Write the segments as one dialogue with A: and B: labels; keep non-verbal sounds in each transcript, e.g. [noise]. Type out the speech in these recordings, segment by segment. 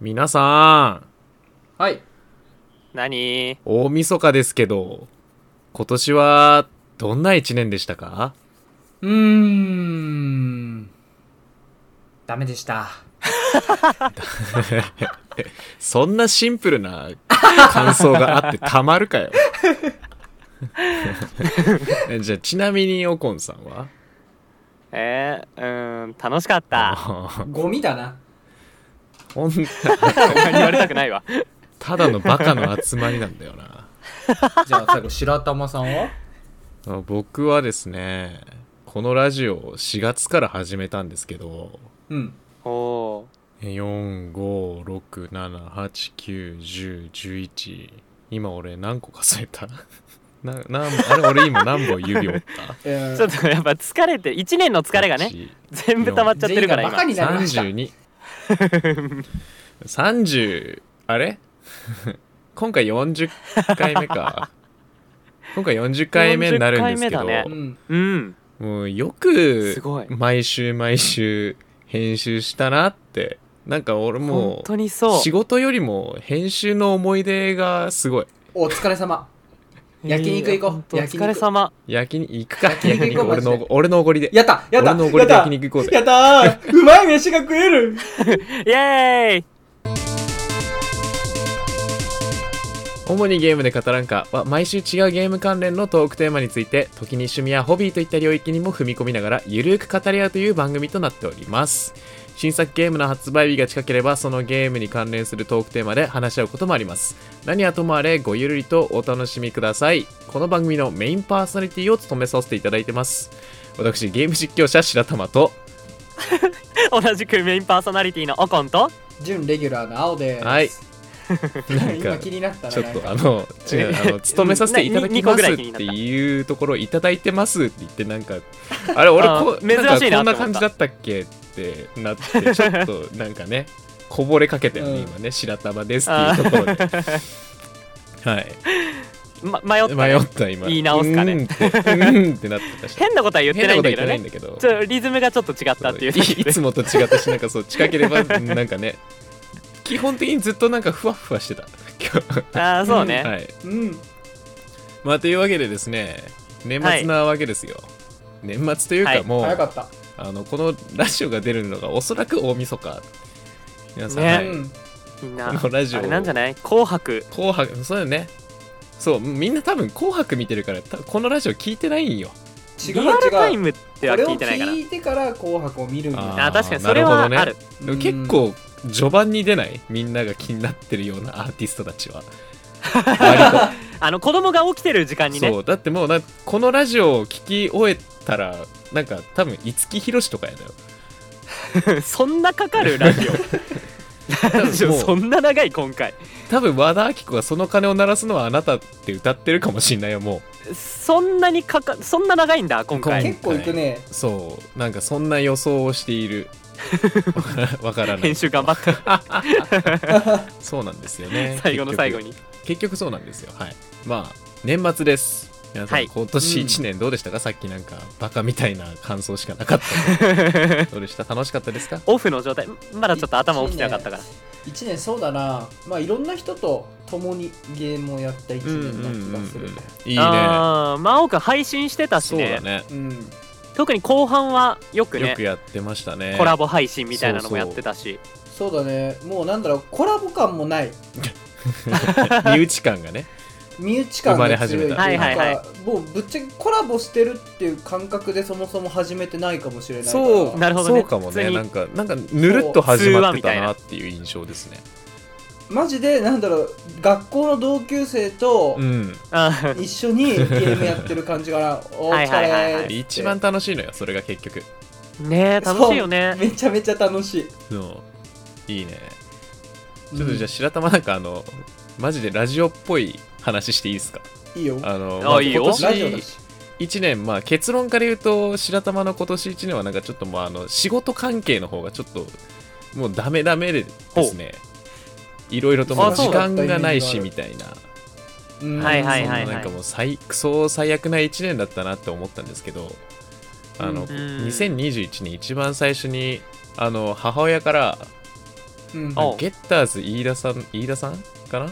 A: 皆さん
B: はい。
C: 何
A: 大晦日ですけど今年はどんな一年でしたか
B: うーん。ダメでした。
A: そんなシンプルな感想があってたまるかよ [laughs] じゃあちなみにおこんさんは
C: えー、うーん楽しかった
A: あ
B: ゴミだな。
A: ーほん
C: お前に言われたくな
A: [laughs]
C: いわ
A: ただのバカの集まりなんだよな
B: じゃあ最後、白玉さんは
A: 僕はですねこのラジオを4月から始めたんですけど
B: うん。
C: おお
A: 4567891011今俺何個数えた [laughs] ななんあれ俺今何本指折った
B: え
C: ーちょっとやっぱ疲れて1年の [laughs] 疲れがね全部溜まっちゃってるから
B: バカ
C: 今
B: になりました。
A: [laughs] 3230あれ [laughs] 今回40回目
C: [laughs]
A: か今回40回目になるんですけど、
C: 40回
B: う
C: 目
B: ん。
C: うん
A: もうよ
C: す
A: く
C: ごい
A: 毎週毎週編集したなってなんか俺も
C: 本
A: う
C: 当にそう
A: 仕事よりも編集の思い出がすごい
B: お疲れ様。焼肉行こう
C: いや本当お
B: 焼肉
C: 疲れ様
A: 焼きに行くか
B: 焼肉行こう
A: 俺の
B: マジで
A: 俺のおごりで
B: やったやった
A: 俺のおごりで
B: やっ
A: 焼肉行こうぜ
B: たやったーうまい飯が食える
C: イエーイ
A: 主にゲームで語らんかは毎週違うゲーム関連のトークテーマについて時に趣味やホビーといった領域にも踏み込みながらゆるく語り合うという番組となっております新作ゲームの発売日が近ければそのゲームに関連するトークテーマで話し合うこともあります何はともあれごゆるりとお楽しみくださいこの番組のメインパーソナリティを務めさせていただいてます私ゲーム実況者白玉と
C: 同じくメインパーソナリティのオコンと
B: 準レギュラーの青です。
A: はい。なん
B: [laughs] 今
A: か
B: 気になったな。
A: ちょっと
B: なん
A: あ
B: か
A: の違うあの勤めさせていただきます
C: な
A: っ
C: ににこぐら
A: て
C: い気になった
A: いうところいただいてますって言ってなん
C: [laughs]
A: かあれ俺こ
C: あ珍しいな
A: んか
C: って思った
A: こんな感じだったっけってなってちょっとなんか
C: [laughs]
A: ねこぼれかけてるね
B: うん
A: 今ね白玉ですっていうところではい
C: ま迷った
A: 迷った今
C: [laughs] 言い直すかね
A: うーんってうーんってなってたし
C: 変な [laughs] ことは言って
A: 変な
C: な
A: い
C: ん
A: こと言って
C: だけど
A: ないん
C: ね
A: だけど
C: ちょっとリズムがちょっと違ったっていう
A: そ
C: だ
A: うい
C: けで
A: いつもと違ったしなんかそう近ければなんかね基本的にずっとなんかふわふわしてた今
C: [laughs] ああそう
A: 日
C: ね
A: はい
B: うん。
A: まあというわけでですね年末なわけですよ、年末という
C: は
A: か
C: い
A: もう、
B: 早かった。
A: あのこのラジオが出るのがおそらく大晦日皆さん、
C: ね
A: はい
B: うん。
C: みんな
A: このラジオ
C: あれなんじゃない紅白
A: 紅白そうだよねそうみんな多分紅白見てるから多分このラジオ聞いてないんよ
B: 違
C: リアルタイ
B: う違う。
C: ムって
B: こ
C: は
B: れを
C: 聞いてないから
B: 聞いてから紅白を見るん
A: あ
B: だ。
C: あー確かにそれは
A: な
C: あ
A: る
C: る
A: でも結構序盤に出ないみんなが気になってるようなアーティストたち
C: [laughs]
A: は割
C: あの子供が起きてる時間
A: と
C: にね
A: そうだってもうなこのラジオを聞き終えたらなんか多分五木ひろしとかやだよ
C: [laughs] そんなかかるラジオ
A: 多分もう
C: [laughs] そんな長い今回
A: 多分和田アキ子がその鐘を鳴らすのはあなたって歌ってるかもしんないよも
C: そんなにかかそんな長いんだ今
A: 今
C: 回
B: 結構いくね。
A: うそうなんかそんな予想をしてい
C: [laughs]
A: るわからわからない
C: 編集頑張って
A: [laughs] そうなんですよね
C: [laughs] 最後の最後に
A: 結局結局そうなんですよはいまあ年末です皆さん、
C: はい
A: 今年1年どうでしたか、さっきなんかバカみたいな感想しかなかったどうでした楽しかったですか
C: オフの状態まだちょっと頭起きてなかったから
B: 一年そうだな。まあいろんな人と共にゲームをやった一年な気がする。
A: いいね
C: ああ真央君配信してたし
A: そうだ
C: ね
A: ね
B: うん。
C: 特に後半はよく
A: よ
C: ね
A: くやってましたね
C: コラボ配信みたいなのもやってたし
B: そうだね。もうなんだろう、コラボ感もない。
A: [laughs] 身内感がね
B: 身内感が強いという
A: 生
B: か、
C: まれ始めたはいはいは
B: もうぶっちゃけコラボしてるっていう感覚でそもそも始めてないかもしれないから
A: そう
C: なるほどね
A: そうかも
C: 普通
A: ね
C: に
A: なんかなんかぬるっと始まってたなっていう印象ですね
B: マジでなんだろう学校の同級生と
A: うん
C: あ
B: 一緒にゲームやってる感じかな
C: [laughs]
B: お
C: はい
B: 疲
C: はいはい
B: れ
C: は
B: っ
C: い
B: て
A: 一
C: [laughs]
A: 番楽しいのよそれが結局
C: ーねえ楽しいよね
B: めちゃめちゃ楽しい
A: そういいね
B: うん
A: ちょっとじゃあ白玉なんかあのマジでラジオっぽい話していいですか
B: いいよ
A: あの
C: あ
A: ま
C: いいよ
A: 今
B: ラジオだ
A: 年
B: し
A: 1年まあ結論から言うと白玉の今年1年はなんかちょっともうあの仕事関係の方がちょっともうダメダメでですねいろいろともう
C: あそ
A: 時
C: うだ
A: 間がない
B: タイ
A: し
B: ミ
A: みたいな
B: うん
C: はいはいはい
A: そんななんかもう最クソ最悪な1年だったなって思ったんですけどあの、
B: うん
A: 2021年一番最初にあの母親から
B: うん
C: お
A: ゲッターズ飯田さん飯田さんかな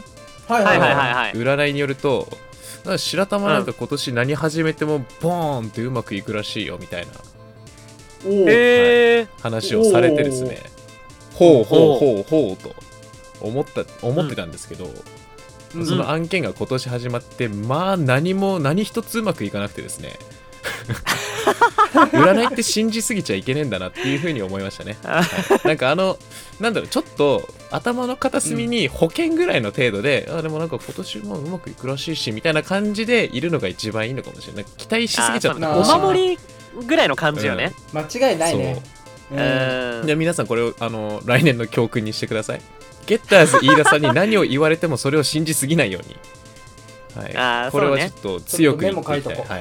B: はい
C: は
B: はいい
C: はい
B: は。
C: はいはい
A: 占いによるとなんか白玉なんか今年何始めてもボーンってうまくいくらしいよみたいない
B: おお。
C: へえ
A: 話をされてですねほうほうほうほうと思った思ってたんですけど、
B: うん
A: その案件が今年始まってまあ何も何一つうまくいかなくてです [laughs] ね占いって信じすぎちゃいけねえんだなっていうふうに思いましたね、はいなんかあのなんだろうちょっと頭の片隅に保険ぐらいの程度で、あでもなんか今年もうまくいくらしいしみたいな感じでいるのが一番いいのかもしれないなんか期待しすぎちゃったかもしれ
B: あ
A: な
C: お
A: い
B: ー
C: 守りぐらいの感じよね
B: 間違いないね。う
C: うんん
A: じゃあ皆さんこれをあの来年の教訓にしてくださいゲッターズ飯田さんに何を言われてもそれを信じすぎないように、はい、
C: あー
A: これ
C: そう
A: はちょ
C: ね
A: っと強く言っていきたい
B: ちょっとメモ書いとこう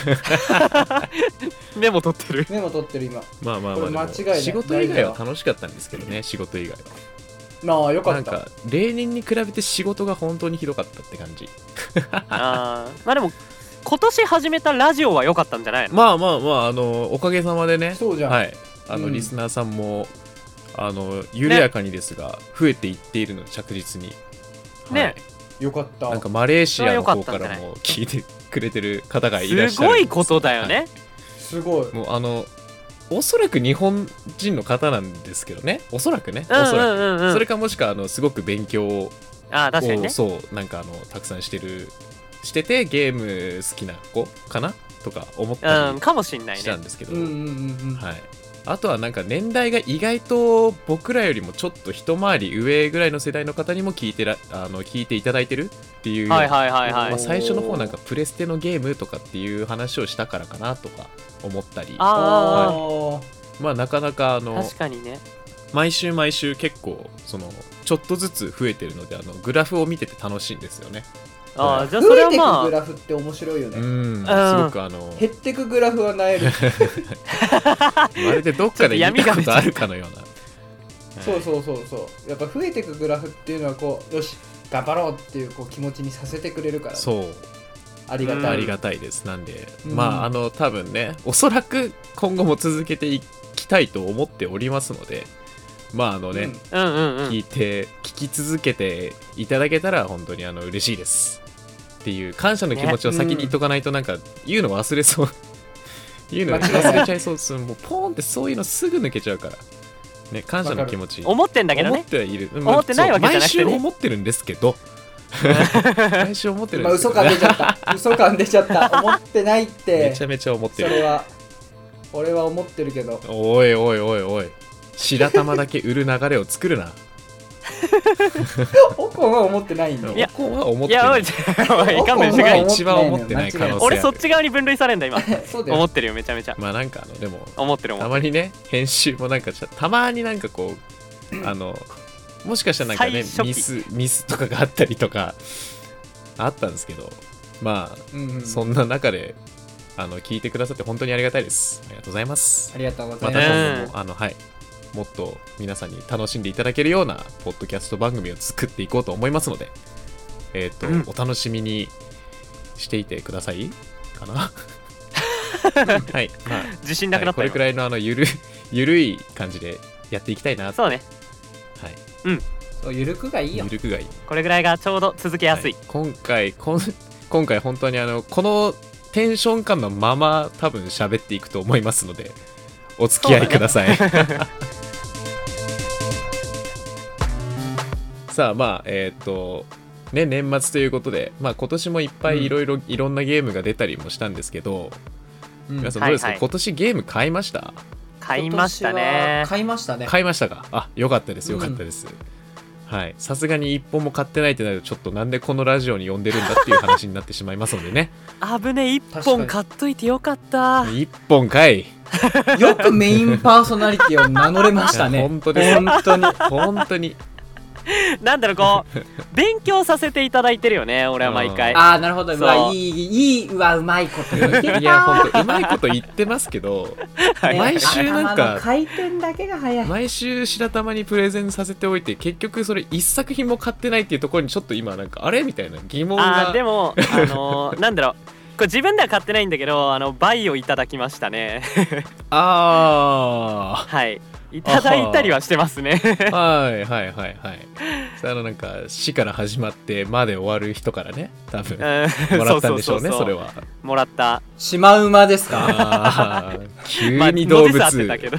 A: はい、
C: メモ取ってる
B: メモ取ってる今。
A: まあまあまあでも
B: これ間違いない
A: 仕事以外は楽しかったんですけどね仕事以外は
B: まあよか
A: な
B: っ
A: ん
B: た。
A: か例年に比べて仕事が本当にひどかったって感じ
C: あーまあでも今年始めたラジオは良かったんじゃないの
A: まあまあまああのおかげさまでね
B: そうじゃん
A: はいあの、
B: うん
A: リスナーさんもあの緩やかにですが、増えていっているので着実に、はい
C: ね
B: よかった。
A: なんかマレーシアの方か
C: それは
A: ら
C: 良かったんじゃ
A: も聞いてくれてる方がいらっしゃる
C: すごいことだよね
B: すごい。
A: はいもうあのおそらく日本人の方なんですけどねおそらくねお
C: うん
A: そらく、
C: うんうん
A: そうれ
C: ん
A: かもしくはあのすごく勉強を
C: あー確かにね
A: そうなんかあのたくさんしてるしててゲーム好きな子かなとか思っ
C: う
A: た
C: んかもしんな
A: り
C: い
A: した
C: ね
A: んですけど、
B: うんうんうんうん。
A: はい、あとはなんか年代が意外と僕らよりもちょっと一回り上ぐらいの世代の方にも聞いてらあの聞いていただいてるっていうような
C: はいはいはいは
A: まあ、
C: い
A: 最初の方なんかプレステのゲームとかっていう話をしたからかなとか思ったり
C: あ
B: あ
A: まあなかなかあ
C: あ
A: の
C: 確かにね
A: 毎週毎週結構そのちょっとずつ増えてるのであのグラフを見てて楽しいんですよね
C: あ
A: は
C: あ
A: い
C: じゃ
B: あ。
C: あそ
B: 増
C: れ
B: え
C: は
B: てくグ
C: ま
B: ラフって面白いよ
A: う
B: ね。
A: んすごくあの
B: 減ってくグラフはなえる。
A: まるでどっかで
C: ちょっと
A: 見
C: 闇が
A: たこ
C: 出ち
A: と
C: ゃった
A: あるかのような
B: そうそうそうそう。やっぱ増えてくグラフっていうのはこうよし頑張ろうっていうこう気持ちにさせてくれるから。
A: そう
B: ありが
C: うん
B: た
A: あ
B: い。
A: りがたいですなんで、
B: うん
A: まああの多分ねおそらく今後も続けていきたいと思っておりますのでまああのね、
B: うん
C: あうんうんうん
A: 聞いて聞き続けていただけたら本当にあの嬉しいですっていう感謝の気持ちを先に言っとかないとなんか言うの忘れそう [laughs] 言うの忘れちゃいそうですもうポーンってそういうのすぐ抜けちゃうからね感謝の気持ち
C: 思ってんだけど
A: 思っ
C: ね
A: てはいる
C: 思ってないわけじゃなくてね
A: 毎週思ってるんですけど [laughs] 毎週思ってるん
B: まあ
A: です
B: 嘘
A: けど、
B: 感出ちゃった。嘘感出ちゃった。思ってないって
A: めち。ゃめちゃ思っ
B: そ
A: て
B: れ
A: る
B: は俺は思ってるけど。
A: おいおいおいおい白玉だけ売る流れを作るな
B: オコンは思ってないんだ。
C: や
A: ここは思っ
C: い
A: てる
C: やおいちょおい勘弁し
A: 僕
C: てく
A: が
C: れ
B: お
A: 一番思ってない可能性ある
C: 俺そっち側に分類されんだ今
B: そうだ
C: 思
B: よ。
C: ってるよめちゃめちゃ
A: まあなんかあのでも
C: 思ってる思
A: た
C: っ
A: まにね編集もなんかちょたまになんかこうあのもしかしたらなんかね
C: 最初期
A: ミスミスとかがあったりとかあったんですけどまあ、
B: うんうん
A: そんな中であの聞いてくださって本当にありがたいですありがとうございます
B: ありがとうござ
A: ま
B: い
A: た
B: ます。
A: 今後も、あのはいもっと皆さんに楽しんでいただけるようなポッドキャスト番組を作っていこうと思いますのでえっ、と、
C: うん
A: お楽しみにしていてくださいかな [laughs] はいまあ
C: て自信なくな
A: は
C: った
A: いこれく
C: よ
A: らいのあのゆる [laughs] ゆるい感じでやっていきたいなと、
C: そうね
A: はい、
B: そうゆるくがいいよ
A: ゆ。るくがいい
C: これぐらいがちょうど続けやすい
A: は今回こん [laughs] 今回本当にあのこのテンション感のまま多分喋っていくと思いますのでお付き合いください、 [laughs] さあまあえーっとね年末ということで、まあ、今年もいっぱいいろいろいろんなゲームが出たりもしたんですけど、
B: うん
A: 皆さんどうですか、
C: はいはい
A: 今年ゲーム買いました
C: 買いましたね
B: 今年は買いましたね。
A: [laughs] 買いましたかあよかったですよかったです、はいさすがに1本も買ってないってなるとちょっとなんでこのラジオに呼んでるんだっていう話になってしまいますのでね
C: 危ねえ1
B: 確か
C: 本
B: に
C: 買っといてよかった
A: 1本かい
B: よくメインパーソナリティを名乗れました
A: い
B: ね。
A: や [laughs] 本当です [laughs]
B: 本当に。
A: 本当に
C: なんだろうこ
A: [laughs]
C: う勉強させていただいてるよね俺は毎回
B: ああ、なるほど。
C: そう
B: うわ、いい、いい、うわ、うまいこと言ってた。
A: いや本当うまいこと言ってますけど
C: はい
A: 毎週なん
B: 頭の
A: か
B: 回転だけが早い。
A: 毎週白玉にプレゼンさせておいて結局それ1作品も買ってないっていうところにちょっと今なんかあれみたいな疑問
C: あ
A: が
C: ーでもあの
A: [laughs]
C: ーなんだろうこれ自分では買ってないんだけどあのバイをいただきましたね
A: あ
C: [laughs] はいいただいたりはしてますね
A: はいはいはいはいそれあのなんか「死」から始まって「ま」で終わる人からね多分
C: [laughs] う
A: [laughs] も
C: ん
A: らったんでしょうねそう
C: そそうそうそう
A: れは
C: もらった
B: シマウマですか
A: あー急
C: [laughs] まあ
A: に動
C: 文字
A: 物
C: 数合
A: サ
C: っ
A: フ
C: てた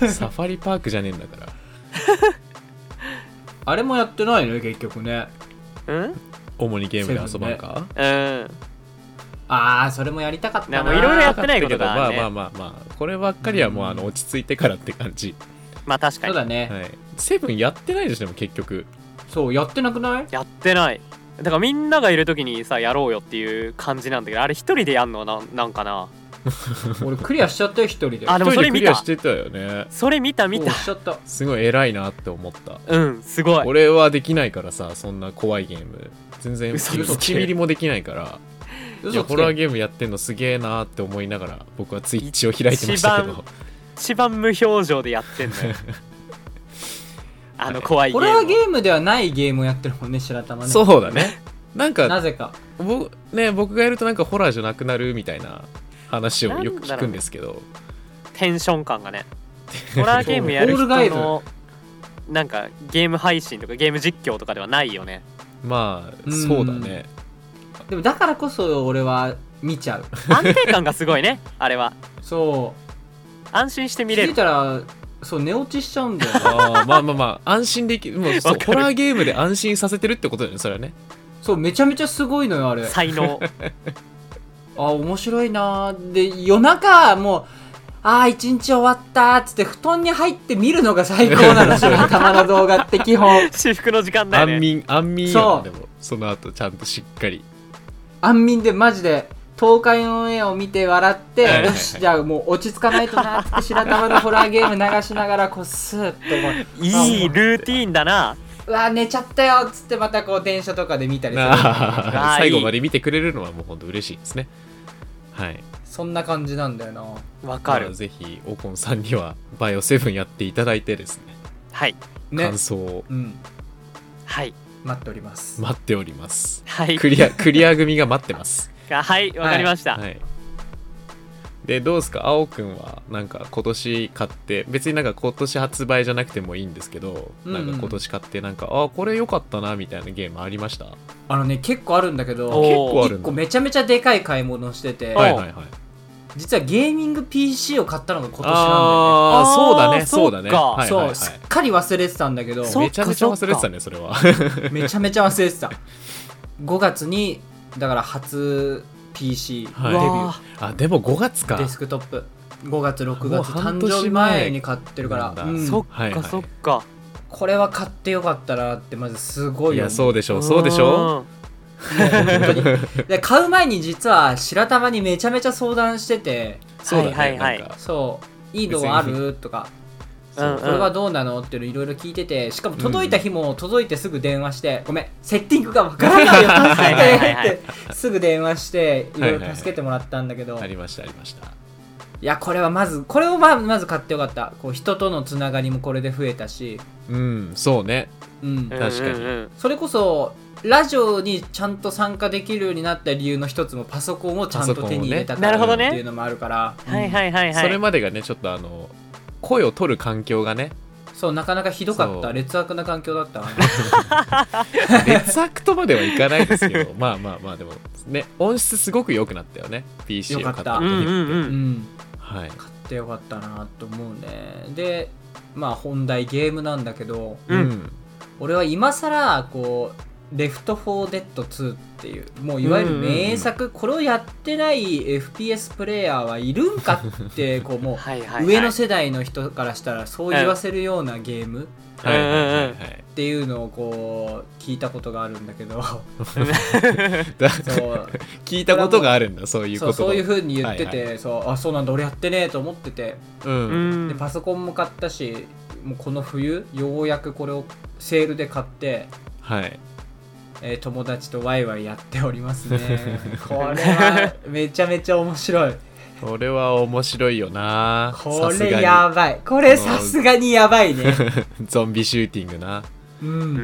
C: けど [laughs]
A: ァリパークじゃねえんだから
B: あれもやってないのよ結局ね
C: うん
A: 主にゲームで遊ばんか
C: うん
B: ああそれもやりたかった
C: いやも
B: な
C: ういろいろやってないこと
A: ま
C: だ
A: あ
C: ね
A: まあまあまあこればっかりはもうあの落ち着いてからって感じ
C: まあ確か
B: そう
C: に
B: だね、
A: はいセブンやってないでしょでも結局
B: そうやってなくない
C: やってないだからみんながいる時にさやろうよっていう感じなんだけどあれ一人でやんのはなんなんかな
B: 俺クリアしちゃったよ一人で
C: あでもそれ
A: 一人ク
C: 見
A: リア
C: た
A: してたよね
C: それ見た見
B: そう
C: た
B: しちゃった
A: すごい偉いなって思った
C: うんすごい
A: 俺はできないからさそんな怖いゲーム全然
C: 嘘つ
B: け
A: 1ミリもできないからいや
B: 嘘つ
A: ホ
B: け
A: ラーゲームやってんのすげえなーって思いながら僕はツイッチを開いてましたけど
C: 一番無表情でやってんの
A: [laughs]
C: よあの怖いゲ
B: ホ
C: ーム
B: ラーゲ
C: ム
B: ームではないゲームをやってるもんね白玉ね
A: そうだねなん
B: な
A: か
B: ぜか
A: 僕,、ね、僕がやるとなんかホラーじゃなくなるみたいな話をよく聞くんですけど
C: テンション感
A: [laughs]
C: がねホラーゲームやる人
B: オール
C: のなんかゲーム配信とかゲーム実況とかではないよね
A: まあ
B: うん
A: そうだ
C: [laughs]
A: ね
B: でもだからこそ俺は見ちゃ
C: [laughs]
B: う
C: 安定感がすごいねあれは
B: そう
C: 安心して見
B: 気
C: れ
B: づい
C: る
B: たらそう寝落ちしちゃうんだ
C: [laughs]
B: よな
A: あーまあまあまあ安心できるもうそう
C: わ
A: ホ
C: かる
A: ラーゲームで安心させてるってことだよねそれはね
B: そうめちゃめちゃすごいのよあれ
A: [laughs]
C: 才能
B: あ面白いなーで夜中もうああ一日終わったーっつって布団に入って見るのが最高
C: [laughs]
B: なの白玉の動画って基本
C: 私服の時間だよ
A: 安
C: ね
A: 眠安眠や
B: そ
A: ん
B: う
A: でもその後ちゃんとしっかり
B: 安眠でマジで東海オンエアを見て笑って、
A: はいはいはい
B: よしじゃあもう落ち着かないとなーっつって白玉のホラーゲーム流しながらこうスーッとこう
C: いいルーティーンだな
B: うわー寝ちゃったよっつってまたこう電車とかで見たりする
A: あー
C: あー
A: 最後まで見てくれるのはもう本当嬉しいですねはい
B: そんな感じなんだよな
C: わか
A: まあ
C: る
A: ぜひオコンさんにはバイオセブンやっていただいてですね
C: はい
B: ね
A: 感想を
B: うん
C: はい
B: 待っております
A: 待っております
C: はい
A: クリアクリア組が待ってます
C: はいわかりました、
A: はいでどうですか青くんはなんか今年買って別になんか今年発売じゃなくてもいいんですけど、
B: うん
A: なんか今年買ってなんかあこれ良かったなみたいなゲームありました結
B: あのね結構あるんだけど
C: お
A: 構
C: ー
A: ある
B: 一
A: んだ
B: 個めちゃめちゃでかい買い物をしてて、
A: はいはいはい
B: 実はゲーミング PC を買ったのが今年なんだよね
A: ああそうだ
C: あ
A: ね
C: ー
A: そうだね
C: そっか
A: はいはいはい
B: そうすっかり忘れてたんだけど
C: そ
A: め
C: っか
A: ちゃめちゃ忘れてたねそれは [laughs]
B: めちゃめちゃ忘れてた5月にだから初 PC デビュ
A: はい
B: ー、
C: わあ
A: あでも5月か
B: デスクトップ5月6
A: もう
B: 月
A: 半
B: 誕
A: 年前
B: 生日前に買ってるか
A: なんだ
B: ら、うん
C: そっ
A: はいはい
C: かそっか、
B: これは買ってよかったなってまずすごい
A: い
B: よ
A: やそうでしょう
C: ーん
A: そうでしょう
B: 本当にで買う前に実は白玉にめちゃめちゃ相談してて
A: [laughs] そうだね、
C: はいはいはい
A: なんか
B: そういいのあるとか
C: うんうん
B: これはどうなのっていうのいろいろ聞いててしかも届いた日も届いてすぐ電話して、ごめんセッティングがわからないよ助け
C: はいはいはい
B: てってすぐ電話していろ
A: はいいはいは
B: ろ
A: い
B: 助けてもらったんだけど、
A: あ
B: い
A: りましたありました
B: やこれはまずこれをままず買ってよかったこう人とのつながりもこれで増えたし、
A: うんそうね
B: うん
C: うん
A: 確かに
C: うんうん
B: それこそラジオにちゃんと参加できるようになった理由の一つもパソコンをちゃんと手に入れたか
C: パソコ
B: ら
C: ンをね
B: っていうのもあるから、
C: うんはいはいはいはい
A: それまでがねちょっとあの声を取る環境がね
B: そうなかなかひどかっ
A: そう
B: た劣悪な環境だ
C: [laughs]
B: ったな
A: 劣悪とまではいかないですけど [laughs] まあまあまあでもね音質すごく良くなったよね PC を買った
B: 良
A: 時
C: うん
A: に
C: うん
B: う
C: う
B: んん
A: はい
B: 買ってよかったなと思うねでまあ本題ゲームなんだけど
A: う
C: うん
A: ん
B: 俺は今更こう「レフト・フォー・デッド2」っていうもういわゆる名作、これをやってない FPS プレイヤーはいるんかってこうもう
C: はいはいはい
B: 上の世代の人からしたらそう言わせるようなゲームっ
A: はいはいはいはい
B: ていうのをこう聞いたことがあるんだけ
A: [laughs]
B: どそ
A: だ [laughs]
B: う
A: 聞いたことがあるんだそういうこ
B: そう
A: と
B: そういう
A: う
B: ふうに言ってて、
A: はい
B: そうあそうなんだ俺やってねえと思ってて
C: うんん
B: でパソコンも買ったしもうこの冬ようやくこれをセールで買って、
A: はい
B: えー友達とワイワイやっております
A: [laughs]
B: ねこれはめちゃめちゃ面白い
A: これは面白いよなさ
B: こ
A: す
B: れ
A: が
B: やばいこれさすがにやばいね、
A: にゾンビシューティングな
B: う、
C: うんうんんう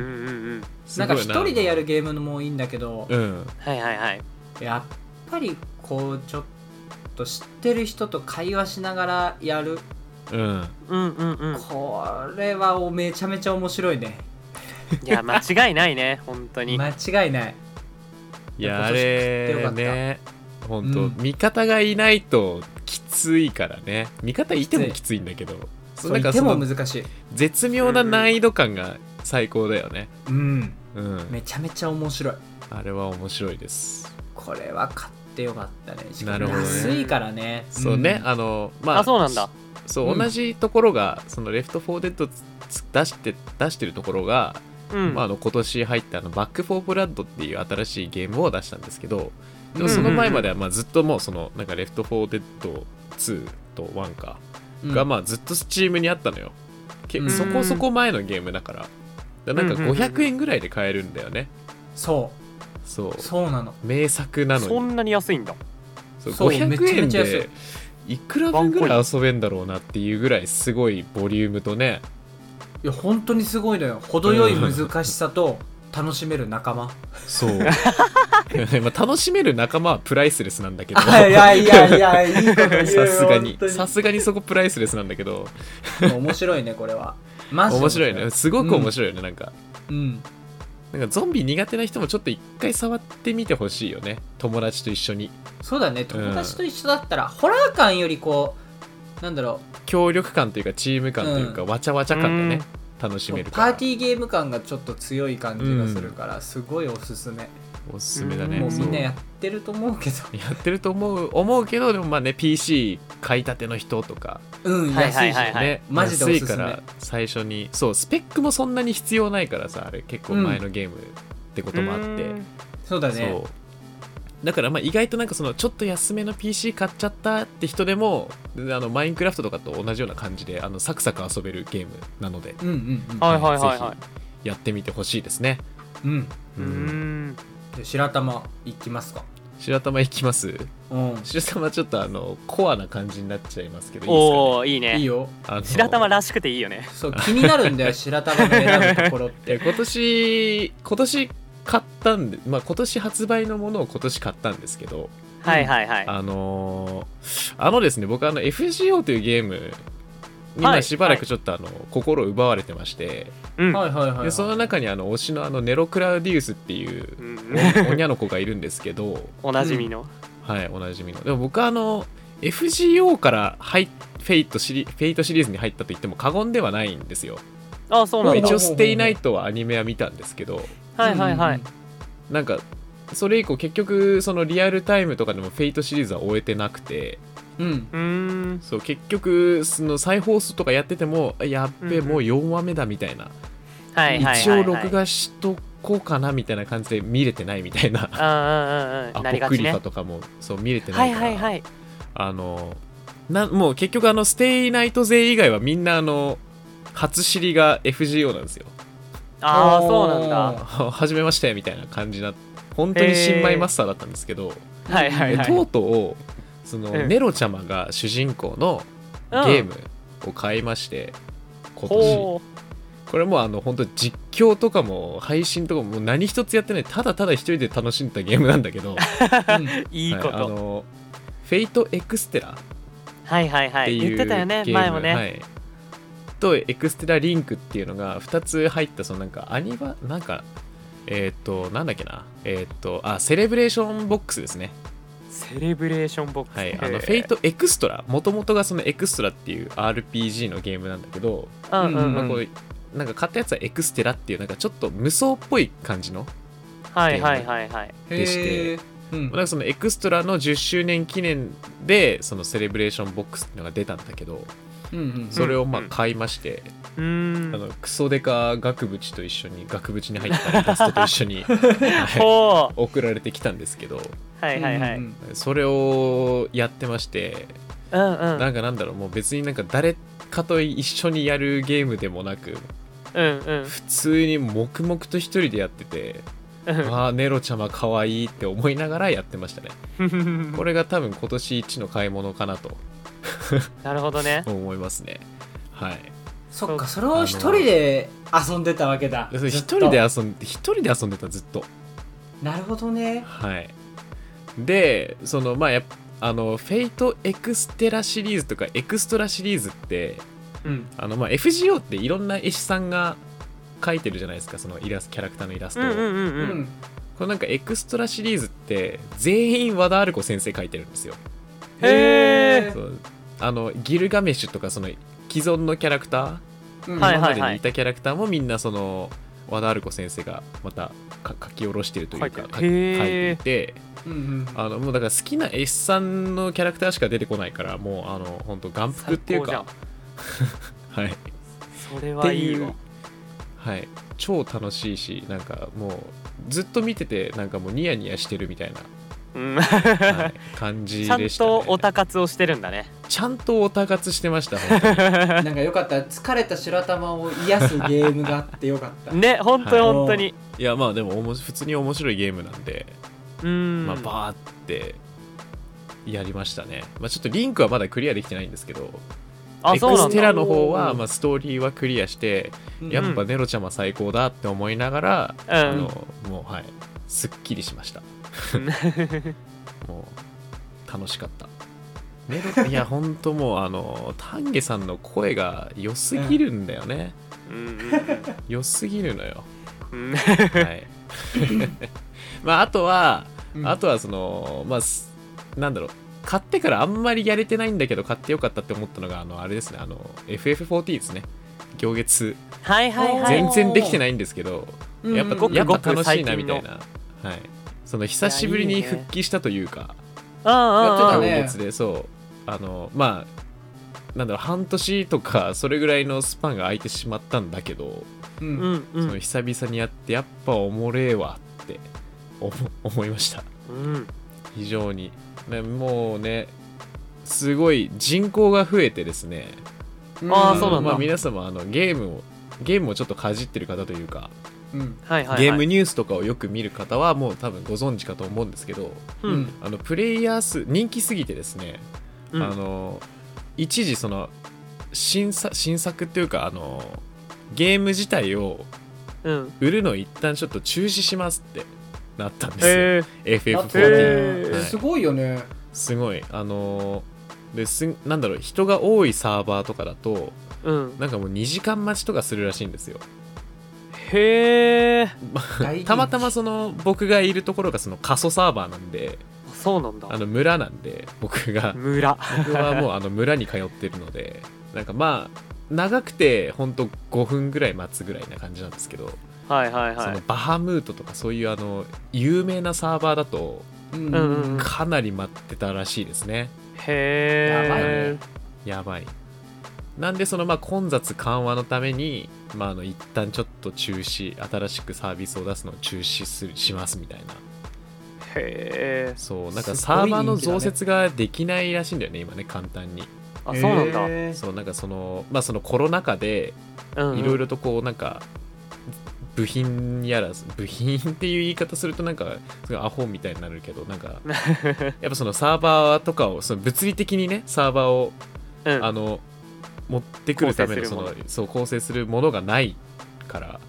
C: ん
A: す
B: なん
A: ごい
B: か一人でやるゲームもいいんだけど、
A: うん
C: はいはいはい
B: やっぱりこうちょっと知ってる人と会話しながらやる
A: うん
C: うんうんう
B: [laughs]
C: ん
B: これはおめちゃめちゃ面白いね
C: いや間違いないね本当に、
B: 間違いない
A: いやあ
B: 今
A: れ
B: 年食ってよか
A: ね本当、
B: うん
A: 味方がいないときついからね味方いてもきついんだけど
B: そ
A: な
B: うん言
A: か
B: って
A: そ
B: も
A: の
B: 難しい
A: 絶妙な難易度感が最高だよね
B: うん
A: うん、
B: めちゃめちゃ面白い
A: あれは面白いです、
B: これは買ってよかったねし
A: な
B: か
A: る
B: も
A: ほどね
B: 安いからね
A: そうね
B: ん
A: あのまあ
C: あそうなんだ
A: そう、
B: うん
A: 同じところがそのレフト・フォー・デッドつ出して出してるところが、
C: うん、
A: まあ、あの今年入ったあのバック・フォー・ブラッドっていう新しいゲームを出したんですけどでもその前まではまあずっともうそのなんかレフト・フォー・デッド2と1か
B: うん
A: がまあずっとスチームにあったのよ、け
B: うん
A: そこそこ前のゲームだからだからなんか
C: うんうんうん
A: 500円ぐらいで買えるんだよね
B: そ
A: そう
B: うそうなの
A: 名作なのに
C: そんなに安いんだ
A: そう
B: そうめち
A: 500
B: ゃ
A: 円
B: めちゃ安い
A: でいくら分ぐらい遊べんだろうなっていうぐらいすごいボリュームとね
B: いや本当にすごいのよ程よい難しさと楽しめる仲
A: [laughs]
B: 間
A: そう
B: [laughs]
A: まあ楽しめる仲間はプライスレスなんだけど
B: あいやいやいやいいこと言
A: [laughs]
B: う
A: さすがに
B: 本当
A: さすがにそこプライスレスなんだけど
B: 面白いねこれはマジで
A: 面白いねすごく面白いよね、なんか
B: うん
A: なんかゾンビ苦手な人もちょっと一回触ってみてほしいよね友達と一緒に
B: そうだね友達と一緒だったら、ホラー感よりこうなんだろ
A: 協力感というかチーム感というか、
B: う
A: わちゃわちゃ感がね、楽し
B: う
A: める
B: パ
A: から
B: ーティーゲーム感がちょっと強い感じがするから、すごいおすすめ、
A: おすすめだね
C: うん
B: もうみんなや
A: そ
B: ってると思うけど
A: うやってると思う思うけどでもまあね PC 買いたての人とか
B: うん
C: はい
B: 安
C: はいい
B: し、
C: はいはい
A: ね、
B: マジでおす
A: 安いか
B: すめ
A: ら最初にそうスペックもそんなに必要ないからさあれ結構前のゲームってこともあって、
C: うん
B: そうだ
A: そ
B: ね
A: うだからまあ意外となんかそのちょっと安めの PC 買っちゃったって人でもあのマインクラフトとかと同じような感じであのサクサク遊べるゲームなので
B: うんうんうん
C: はいはいはいは
A: ぜひやってみてほしいですね、
B: うん
C: いうん
B: で白玉いきますか
A: 白玉いきます
B: うん
A: 白玉ちょっとあのコアな感じになっちゃいますけどいいですかね、
C: おおいいね
B: いいよ
A: あの
C: 白玉らしくていいよね
B: そう気になるんだよ白玉の選ぶところっ
A: いや
B: て
A: 今年今年買ったんで、まあ、今年発売のものを今年買ったんですけど
C: はいはいはい
A: あのーあのですね僕あの FGO というゲームにま
C: は
A: あ
C: い
A: しばらくちょっとあの、心を奪われてまして、
C: うん
B: はいはいはい、はい、
A: でその中にあの推しのあのネロクラウディウスっていう
C: うん
A: おにゃの子がいるんですけど
C: おなじみの
A: はいおなじみのでも僕はあの FGO から入フェイトシリフェイトシリーズに入ったと言っても過言ではないんですよ
C: あそう
B: ほ
C: な
B: うほ
C: ん
B: うほ
C: だ
A: 一
B: う
A: 応「ステイナイト」はアニメは見たんですけど
C: はいはいはい
A: なんかそれ以降結局そのリアルタイムとかでもフェイトシリーズは終えてなくて
B: うんうん
C: うーん
A: そう結局その再放送とかやっててもあやっべ、
C: うんうん
A: もう4話目だみたいな、
C: はいはいはいはい
A: 一応録画しとこうかなみたいな感じで見れてないみたいな
C: ああ
A: ア
C: [laughs] なり
A: ポ
C: が
A: ク
C: ち
A: リフ
C: ね
A: ァとかもそう見れて
C: は
A: ない
C: い
A: から、
C: はいはい
A: あのなもう結局あのステイナイト勢以外はみんなあの初知りが FGO なんですよ [laughs]
C: ああそうなんだ
A: 初めましてみたいな感じな本当に新米マスターだったんですけど、
C: はいはい
A: え
C: はい
A: とうとうその、
C: うん
A: ネロちゃまが主人公のゲームを買いまして、今年
C: ほ
A: これもうあの本当実況とかも配信とかももう何一つやってないただただ一人で楽しんだゲームなんだけど
C: う [laughs] いいこ
A: はいあ
C: と
A: のフェイトエクステラっ
C: はいはいは
A: て
C: い
A: いう
C: 言ってたよね
A: ゲーム
C: 前も
A: はい
C: ね
A: とエクステラリンクっていうのが2つ入ったそのなんかアニバなんかえっ、となんだっけなえっ、とあセレブレーションボックスですね
C: セレブレーションボックス
A: はいあのフェイトエクストラもともとがそのエクストラっていう RPG のゲームなんだけど、
C: うんう
A: まあ、
C: ん
A: こ
C: うん
A: うなんか買ったやつはエクステラっていうなんかちょっと無双っぽい感じの
C: はいはいはいはい
A: でして
B: へーうん
A: なんかそのエクストラの10周年記念でそのセレブレーションボックスっていうのが出たんだけど
B: うんうん
A: それをまあ
C: うん
A: 買いまして、
C: うーん
A: あのクソデカ額縁と一緒に額縁に入ったイラストと一緒
C: [laughs]
A: に、はい
C: ほう
A: 送られてきたんですけど
C: はいはいはい
B: うん
C: う
A: それをやってまして
C: んうん
A: なんかなんだろうもう別になんか誰かと一緒にやるゲームでもなく
C: うんうん
A: 普通に黙々と一人でやってて
C: [laughs] うん
A: ああネロちゃま可愛いって思いながらやってましたねこれが多分今年一の買い物かなと
C: なるほどね
A: 思いますねはい
B: そっかそれを一人で遊んでたわけだ
A: でそ
B: ず
A: れ
B: っと
A: 一人で遊んで一人で遊んでたずっと
B: なるほどね
A: はいでそのまあやっあのフェイトエクステラシリーズとかエクストラシリーズって
C: うん
A: あのまあ FGO っていろんな絵師さんが描いてるじゃないですかそのイラストキャラクターのイラス
C: う
A: トを、
C: んうんう
B: う
C: んうん
B: ん
A: このなんかエクストラシリーズって全員和田アルコ先生描いてるんですよ
C: へ
A: そうあのギルガメッシュとかその既存のキャラクタ
B: う
A: ー、
B: ん
C: はいはい
A: 今までにいたキャラクターもみんなその和田アルコ先生がまたか書き下ろしてるというか
C: 書いてる
A: か
C: へ
A: 描
C: ー
A: いていて
B: うんうん
A: あのもうだから好きな絵師さんのキャラクターしか出てこないからもうあの本当眼福っていうかはい
C: それはいいわ
A: はい超楽しいしなんかもうずっと見ててなんかもうニヤニヤしてるみたい
C: うん
A: な、
C: [laughs]
A: はい感じで
C: ち
A: した、
C: ゃ
A: ね、
C: んとおたかつをしてるんだね [laughs]
A: ちゃんとオタ活してました本当に
B: なんかよかった疲れた白玉を癒すゲームがあってよかった、
C: ね本当に
B: はい
C: 本当に
A: いやまあでもおもし普通に面白いゲームなんで
C: うん
A: まあ、バーってやりましたね、まあ、ちょっとリンクはまだクリアできてないんですけど
C: あ
A: エ
C: そう
A: ク
C: な
A: ス
C: ん
A: テ
C: だ
A: ラの方は、
B: うん
A: まあ、ストーリーはクリアして、
B: うん
A: やっぱネロちゃんは最高だって思いながら、
C: うん
A: あのもうはいすっきりしましたもう楽しかったネロいやほんともうあの丹下さんの声が良すぎるんだよね、
C: うん
A: 良すぎるのよ
C: うんうん [laughs]
A: はい。 [laughs] まああとは、
B: うん
A: あとはそのまあすなんだろう買ってからあんまりやれてないんだけど買ってよかったって思ったのがあのあれですねあの FF14 ですね。行月
C: はいはいはい
A: 全然できてないんですけど、
B: うん
A: やっぱ
C: ごく
A: やっ
C: ごく
A: ぱ楽しい
C: 最
A: な
C: 近
A: みたいな。はい。その久しぶり
C: いや
A: に
C: いいね
A: 復帰したというか、
C: うんうんうん
B: やって
A: 行月でそうあのまあなんだろう半年とかそれぐらいのスパンが空いてしまったんだけど、
B: うん
C: う
B: うん
C: んう
A: その
C: ん
A: 久々にやってやっぱおもれえわって思 [laughs] 思いました
C: うん
A: 非常に、ね、もうねすごい人口が増えてですね
C: あーそうなんだ
A: まあ、皆様あのゲームをゲームをちょっとかじってる方というか、
B: うん
C: はいはいはい
A: ゲームニュースとかをよく見る方はもう多分ご存知かと思うんですけど
C: う
B: うん
C: ん
A: あのプレイヤー数人気すぎてですね、
C: うん
A: あの一時その新作新作っていうかあのゲーム自体を
C: うん
A: 売るのを一旦ちょっと中止しますってなったんですよ、
C: へえ
A: FF14、
C: へー
A: はい
B: すごいよね
A: すごいあのーですなんだろう人が多いサーバーとかだと
C: うん
A: なんかもう2時間待ちとかするらしいんですよ
C: へえ
B: 大人気
A: たまたまその僕がいるところがその過疎サーバーなんで
C: そうなんだ
A: あの村なんで僕が
C: 村
A: 僕はもうあの村に通ってるのでなんかまあ長くてほんと5分ぐらい待つぐらいな感じなんですけど、
C: はいはいは
A: その
C: い
A: バハムートとかそういうあの有名なサーバーだと
B: うんう
C: う
B: んん
C: うん
A: かなり待ってたらしいですね
B: やばい
C: へ
B: ね
C: え
A: やばいなんでそのまあ混雑緩和のためにまああの一旦ちょっと中止新しくサービスを出すのを中止するしますみたいな
C: へえ
A: そうなん
B: すご
A: か
B: い
A: サーバーの
B: 人気だね
A: 増設ができないらしいんだよね今ね簡単に
C: あそうなんだ
B: へー
A: そうなんかそのまあそのコロナ禍で
C: うん
A: いろいろとこうなんか部品やら部品っていう言い方するとなんかすごいアホみたいになるけどなん
C: [laughs]
A: かやっぱそのサーバーとかをその物理的にねサーバーを
C: うん
A: あの持ってくるための
C: 構成す
A: そ
C: る
A: の
C: もの
A: そう構成するものがないから、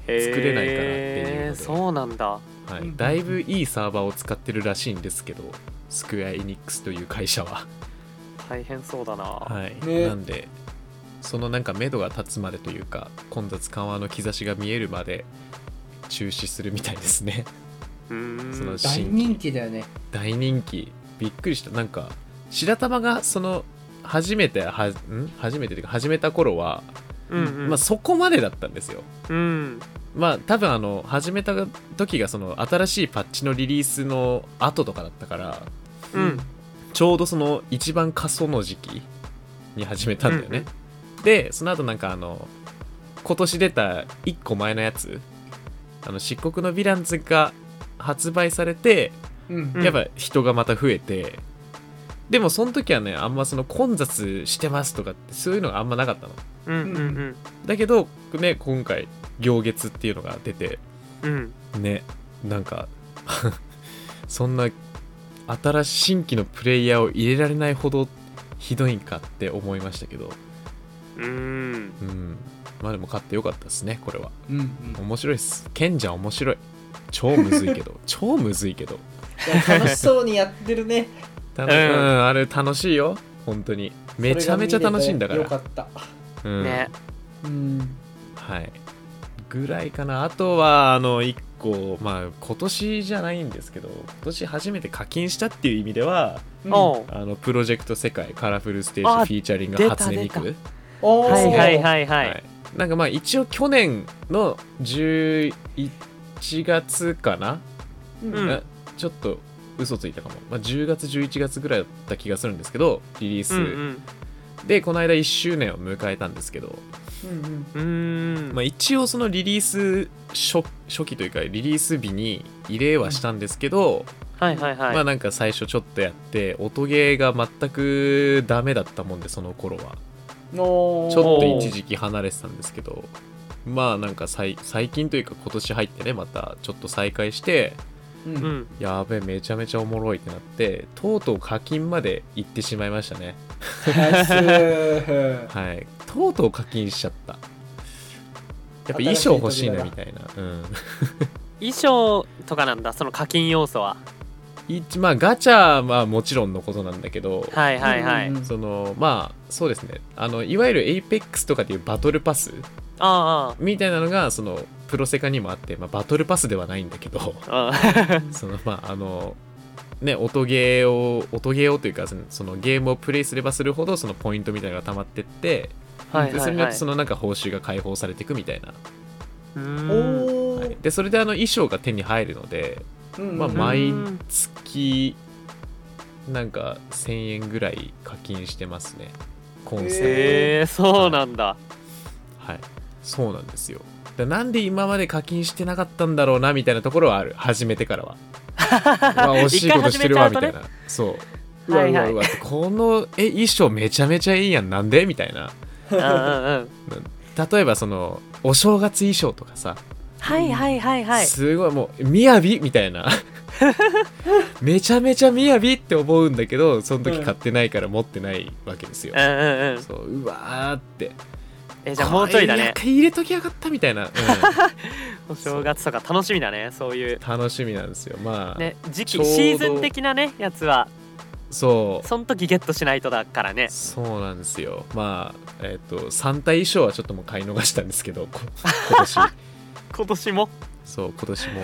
A: 作れないからっていうの
C: へ
A: で
C: ーそうなんだ
A: は
B: うん
A: い、だいぶいいサーバーを使ってるらしいんですけどスクエア・エニックスという会社は、
C: 大変そうだな、
A: はい
B: ね
A: なんでそのなんか目処が立つまでというか混雑緩和の兆しが見えるまで中止するみたいですね
C: うーん
A: その
B: 大人気だよね
A: 大人気びっくりしたなんか白玉がその初めてはん初めてというか始めた頃は、
C: うんうん
A: まあ、そこまでだったんですよ
C: うん
A: まあ多分あの始めた時がその新しいパッチのリリースの後とかだったから
C: うん
A: ちょうどその一番過疎の時期に始めたんだよね、でその後なんかあの今年出た1個前のやつあの漆黒のヴィランズが発売されて
B: うん
C: うん
A: やっぱ人がまた増えて、でもその時はねあんまその混雑してますとかってそういうのがあんまなかったの
C: うんうん
A: だけどね今回行月っていうのが出て
C: うんうん
A: ねなんか [laughs] そんな新しい新規のプレイヤーを入れられないほどひどいんかって思いましたけど
C: うーん
A: うんまあでも買ってよかったですねこれは
B: うんうん
A: 面白いっす賢者面白い超むずいけど超むずいけど
B: いや楽しそうにやってるね
A: 楽し
C: うん
A: うん、あれ楽しいよ本当にめちゃめちゃ楽しいんだから
B: よかった
A: うん
C: ね
B: うん
A: はいぐらいかなあとはあの1個まあ今年じゃないんですけど今年初めて課金したっていう意味では
B: う
C: おう
A: あのプロジェクト世界カラフルステ
C: あ
A: ージフィーチャリング
C: 出た
A: 初音ミ
C: 出
A: ク
B: おー
C: はいはいはいは
A: はい
C: い
A: なんかまあ一応去年の11月かな、
B: うん
C: うん
A: あちょっと嘘ついたかも、まあ、10月11月ぐらいだった気がするんですけどリリース、
C: うん
A: でこの間1周年を迎えたんですけど、
B: うん
C: うんうーん
A: まあ、一応そのリリース初初期というかリリース日に異例はしたんですけど、
C: はいはいはい
A: まあなんか最初ちょっとやって音ゲーが全くダメだったもんでその頃は
B: うんおー
A: ちょっと一時期離れてたんですけどまあなんかさい最近というか今年入ってねまたちょっと再開して
B: うん
C: うん
A: やべえめちゃめちゃおもろいってなってとうとう課金まで行ってしまいましたね
B: ナイスー
A: はいとうとう課金しちゃったやっぱ衣装欲しいなみたいなうん
C: 衣装とかなんだその課金要素は
A: 一まあガチャはもちろんのことなんだけど、
C: はいはいはい
B: うんうん
A: そのまあそうですねあのいわゆる APEX とかでいうバトルパス
C: あ
A: みたいなのがそのプロセカにもあって、まあ、バトルパスではないんだけど
C: あああ
A: そのまああのね音ゲーを音ゲーをというかそのそのゲームをプレイすればするほどそのポイントみたいなのが溜まってって、 [laughs]
C: はい
A: でそ
C: は
A: れ
C: い
A: によっ
C: は
A: て
C: い
A: そのなんか報酬が解放されていくみたいな、
C: う [laughs] ーん
B: お
A: はい
B: ー、
A: でそれであの衣装が手に入るので、
B: うんうん
A: まあ、
C: 前
A: 毎月なんか1000円ぐらい課金してますねコンセント、
C: へえそうなんだ
A: はいそうなんですよだなんで今まで課金してなかったんだろうなみたいなところはある始めてから
C: [laughs]
A: はまあ惜しいことしてるわみたいな、そううわ
C: は
A: う
C: い
A: わ
C: は
A: う
C: い
A: わってこのえ衣装めちゃめちゃいいやんなんでみたいな
C: うんうんうん
A: 例えばそのお正月衣装とかさ、
C: はいはいはいはい
A: すごいもう「雅」みたい
C: [laughs]
A: なめちゃめちゃ「雅」って思うんだけどその時買ってないから持ってないわけですよ
C: う、んうんうん
A: そううわーって
C: えじゃあもうちょいだ
A: これ
C: ね
A: 一回入れときやがったみたいな、うん
C: お正月とか楽しみだねそういう
A: 楽しみなんですよまあ、
C: ね時
A: ちょう
C: 期
A: ど
C: シーズン的なねやつは
A: そう
C: その時ゲットしないとだからね
A: そうなんですよまあえっ、と3体衣装はちょっともう買い逃したんですけどこ今年
C: 今年も
A: そう今年
C: [laughs]
A: も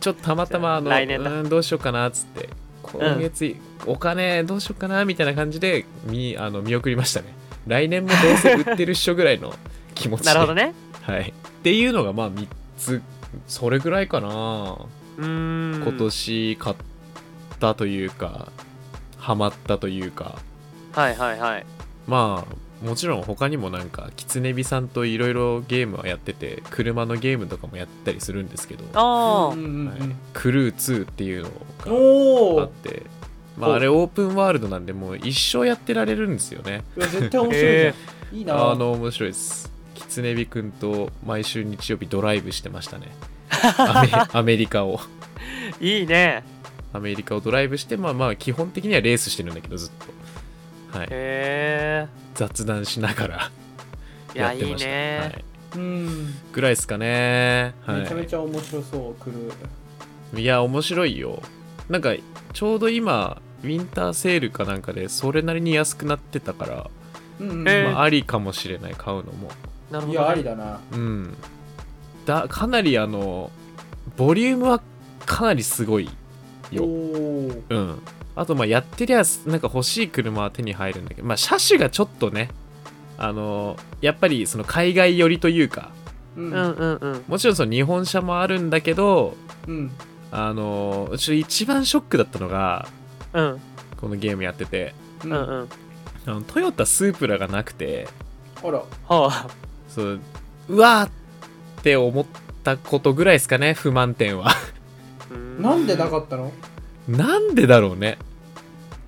A: ちょっとたまたまあの
C: じゃあ来年だ
A: うんどうしようかなっつって今月い、お金どうしようかなみたいな感じで見あの見送りましたね来年もどうせ売ってるっしょぐら
C: [laughs]
A: いの気持ちで
C: なるほどね
A: はい、っていうのがまあ3つそれぐらいかな
C: うーん
A: 今年買ったというか、ハマったというか
C: はいはいはい
A: まあもちろん他にもなんかキツネビさんといろいろゲームはやってて車のゲームとかもやったりするんですけど
C: あ
B: うん
C: ー
B: うん
A: はいクルー2っていうの
B: お
A: があっ
B: お
A: て、まあ、
B: お
A: あれオープンワールドなんでもう一生やってられるんですよね
B: 絶対面白いじゃん、いいな
A: あの面白いですキツネビくんと毎週日曜日ドライブしてましたねアメアメリカを
C: いいね
A: アメリカをドライブしてまあまあ基本的にはレースしてるんだけどずっと、はい、
C: へ
A: 雑談しながら
C: えいや
A: やっ
C: い
A: て
C: い
A: ましたは
C: ね
A: い、
B: うん
A: ぐらいですかね、はい、
B: めちゃめちゃ面白そう来る
A: いや面白いよなんかちょうど今ウィンターセールかなんかでそれなりに安くなってたから、
B: うんうん
C: えー
A: まあ、ありかもしれない買うのも
C: なる
B: い
C: ほ
B: やあり
C: どね
B: だな
A: うんだかなりあのボリュームはかなりすごい
B: お
A: よ
B: おー
A: うんあとまあやってりゃなんか欲しい車は手に入るんだけどまあ車種がちょっとねあのやっぱりその海外寄りというか
B: う
C: うんんうんうん
A: もちろんその日本車もあるんだけど
B: うん
A: あのちょ一番ショックだったのが
C: うん
A: このゲームやってて
B: う
C: うんんうん
A: あのトヨタスープラがなくて
B: あら
C: ほう
A: そううわーって思ったことぐらいですかね不満点は
C: うーん
B: なんでなかったの
A: なんでだろうね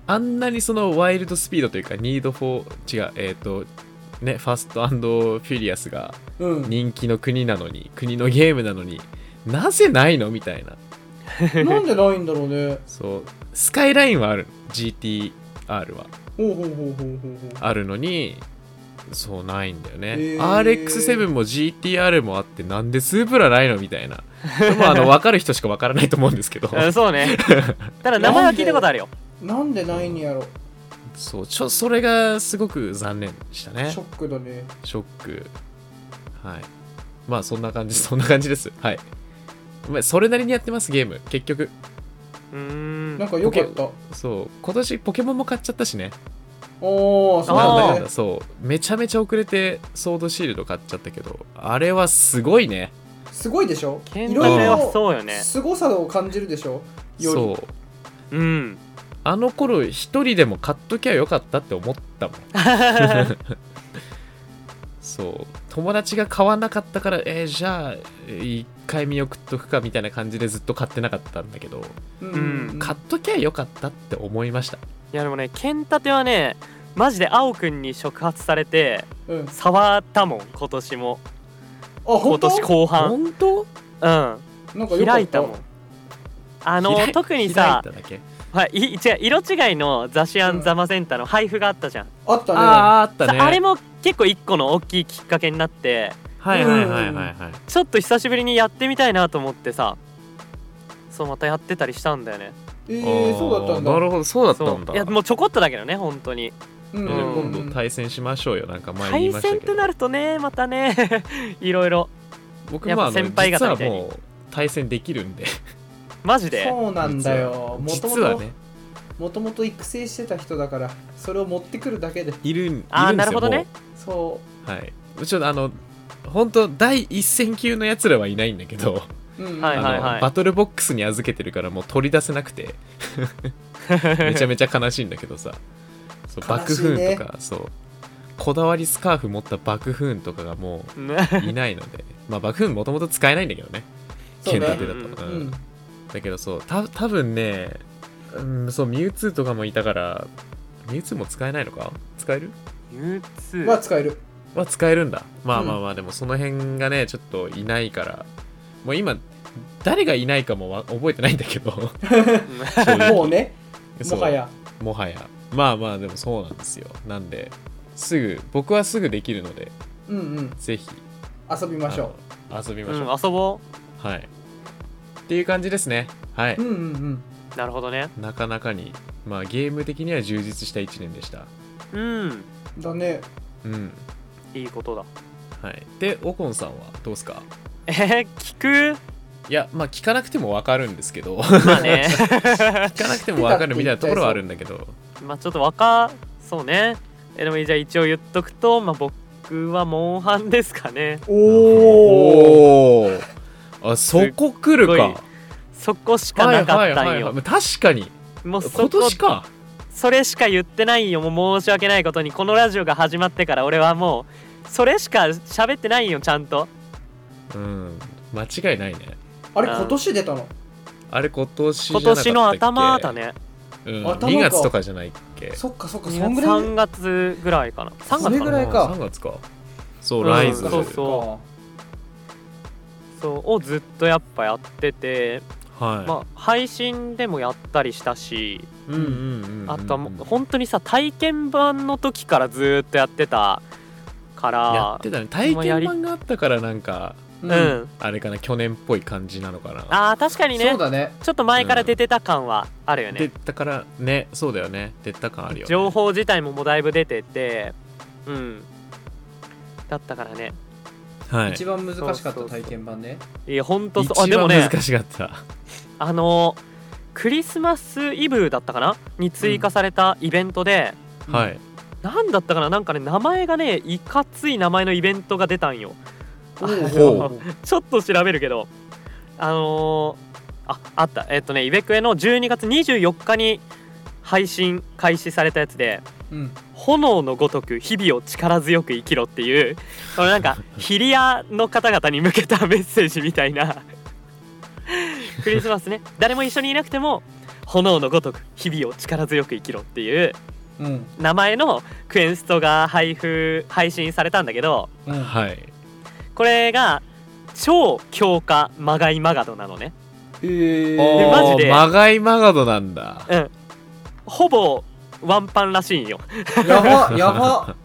A: あんなにそのワイルドスピードというかニードフォー違うえっ、とねファストフューリアスが
B: うん
A: 人気の国なのに国のゲームなのになぜないのみたいな
B: [laughs] なんでないんだろうね
A: そうスカイラインはある GTR は
B: ほうほうほうほうほうほう
A: あるのにそうないんだよね、
B: へー
A: RX7 も GTR もあってなんでスープラないのみたい
C: [laughs]
A: なでもあの分かる人しか分からないと思うんですけど
B: [laughs]
C: うんそうねただ名前は聞いたことあるよ
B: なんでないんやろ
A: そうちょそれがすごく残念でしたね
B: ショックだね
A: ショックはいまあそんな感じ [laughs] そんな感じですはいまあそれなりにやってますゲーム結局
C: うーん
B: なんか良かった
A: そう今年ポケモンも買っちゃったしね
B: おーそう
A: なんだか
B: なんん
A: だ
B: だね
A: そうめちゃめちゃ遅れてソードシールド買っちゃったけどあれはすごいね
B: すごいでしょ
C: 剣
B: い
C: 道
B: ろい
C: は
B: ろ
C: そうよね
B: すごさを感じるでしょより
A: そう
B: [laughs]
C: うん
A: あの頃一人でも買っときゃよかったって思った
B: [laughs]
A: もんそう友達が買わなかったからえーじゃあ一回見送っとくかみたいな感じでずっと買ってなかったんだけど、
B: うん
C: うん
A: 買っときゃよかったって思いました
C: いやでもね剣立てはねマジで青くんに触発されて
B: うんあ
C: 触ったもん今年も
B: 本
C: 今
B: 当
C: 年後半
A: 本当
C: う
B: なんか
C: ん
B: 良か
C: 開
B: っ
C: いた
B: た
C: もんあの
A: 開い
C: 特に
A: 開
C: さ
A: いただけ
C: はい、い違う色違いの雑誌アンザマセンターの配布があったじゃん、
B: あったね
A: あーあった
C: さ
A: ね
C: あれも結構一個の大きいきっかけになって
A: はいはいはいはいはい、
C: ちょっと久しぶりにやってみたいなと思ってさそうまたやってたりしたんだよね
B: えー、そうだったんだ
A: あーなるほどそうだった
C: そ
A: んだ
C: ういやもうちょこっとだけどね本当に
B: うん
A: え
B: う
A: ー
B: んうん
A: 今度対戦しましょうよなんか前に言いまし
C: 対
A: た
C: 戦っ
A: けど
C: てなるとねまたね [laughs] いろいろ
A: 僕
C: やっ
A: も
C: ぱ
A: あの
C: 先輩
A: 実
C: 方
A: は
C: みたいに
A: もう対戦できるんで
C: マジで
B: そうなんだよもとも
A: 実は
B: と
A: ね
B: もともと育成してた人だからそれを持ってくるだけで
A: いるんいるんですよ
C: あーなるほどね
B: そ
A: もうはいちょっとあの本当第一線級のやつらはいないんだけど、
B: う、うんうん
C: はいはい
A: あのバトルボックスに預けてるからもう取り出せなくてめちゃめちゃ悲しいんだけどさそう爆
B: 悲しい
A: 風
B: ね
A: 雲とか、そうこだわりスカーフ持った爆風雲とかがもういないのでまあ爆風雲もともと使えないんだけどね
B: そう
A: 剣
B: ね
A: 立てだったら、
B: う
A: うん
B: ん
A: だけどそうた多分ね、うん、そうミュウツーとかもいたからミュウツーも使えないのか使える
C: U2
B: は使える
A: は使えるんだまあまあまあ、でもその辺がねちょっといないからもう今誰がいないかもわ覚えてないんだけど
B: もうね
A: そ
B: も
A: う
B: はや
A: もはやまあまあでもそうなんですよなんですぐ僕はすぐできるので
B: うんうん
A: ぜひ
B: 遊びましょ
A: あの遊び
C: う
A: まし
C: ん
A: ょう、
C: 遊ぼ
A: はいっていう感じですねはいう
B: う、んうんうん
C: うなるほどね
A: なかなかにまあゲーム的には充実した1年でした
C: うん
B: だね
A: うん
C: いいことだ
A: はい、でオコンさんはどうですか
C: えー、聞く
A: いやまあ聞かなくても分かるんですけど
C: [laughs]
A: 聞
C: ま
A: [laughs]
C: あね
A: かなくても分かるみたいなところはあるんだけど
C: まあちょっと若そうねえでもじゃあ一応言っとくと、まあ、僕はモンハンですかね
B: おお
A: おーあそこ来る
C: すっ
A: か
C: そこしかなかったんよ、
A: 確かに
C: もうそこ
A: 今年か
C: それしか言ってないよもう申し訳ないことにこのラジオが始まってから俺はもうそれしか喋ってないよちゃんと
A: うん間違いないね
B: あれ今年出たの
A: あれ今年じゃ
C: 今
A: なかったっけ
C: 年の頭だ、ね
A: うん、
B: 頭か
A: 2月とかじゃないっけ
B: そっかそっかそんぐらい
C: 3月ぐらいかな3
B: そ
C: 月
B: れ
C: か
B: ぐ
C: な
B: らいか
A: 3月かそう、
C: うん
A: ライズ
C: そうそそうをずっとやっぱやってて、
A: はい、
C: まあ配信でもやったりしたし
A: うんうんうんうん
C: あとはもう本当にさ体験版の時からずっとやってたか
A: や
C: ら
A: ってたね体験版があったからなんか
B: う
C: うん
B: ん、うん
A: あれかな去年っぽい感じなのかな
C: あー確かにね
B: そうだね
C: ちょっと前から出てた感はあるよね、
A: 出たからねそうだよね出た感あるよ、ね、
C: 情報自体ももうだいぶ出ててうんだったからね
A: はい
B: 一番難しかっ
C: そうそ
B: た
C: うそう
B: 体験版ね
C: いやほんとそうあ
A: 一
C: でも
A: 番
C: ね
A: 難しかった、
C: あのクリスマスイブだったかなに追加されたイベントで、
A: はい
C: なんだったかななんかね名前がねいかつい名前のイベントが出たんよ [laughs]
B: お
A: ほ
B: お
C: ちょっと調べるけどあのーああったえっとねイベクエの12月24日に配信開始されたやつで
B: うん
C: 炎のごとく日々を力強く生きろっていうこれなんかヒリアの方々に向けたメッセージみたいなクリスマスね誰も一緒にいなくても炎のごとく日々を力強く生きろっていう
B: うん
C: 名前のクエンストが配布配信されたんだけど
B: うん
A: はい
C: これが超強化マガイマガドなのね
B: えー
A: おー
C: マジで
A: マガイマガドなんだ
C: うんほぼワンパンらしいんよ [laughs]
B: やばやば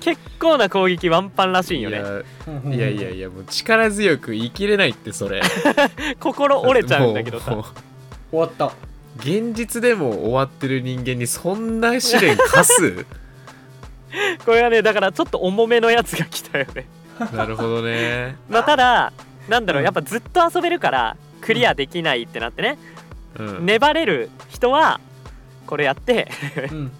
C: 結構な攻撃ワンパンらしいんよね
A: やいやいやいやもう力強く生きれないってそれ
C: 心折れちゃうんだけどさ
A: もうも
B: 終わった
A: 現実でも終わってる人間にそんな試練課
C: [laughs]
A: す
C: これはねだからちょっと重めのやつが来たよ
A: [laughs]
C: ね
A: なるほどね
C: まあただなんだろ
A: う
C: うんやっぱずっと遊べるからクリアできないってなってね
A: うん、
C: 粘れる人はこれやって
A: [laughs]
C: [laughs]
B: うん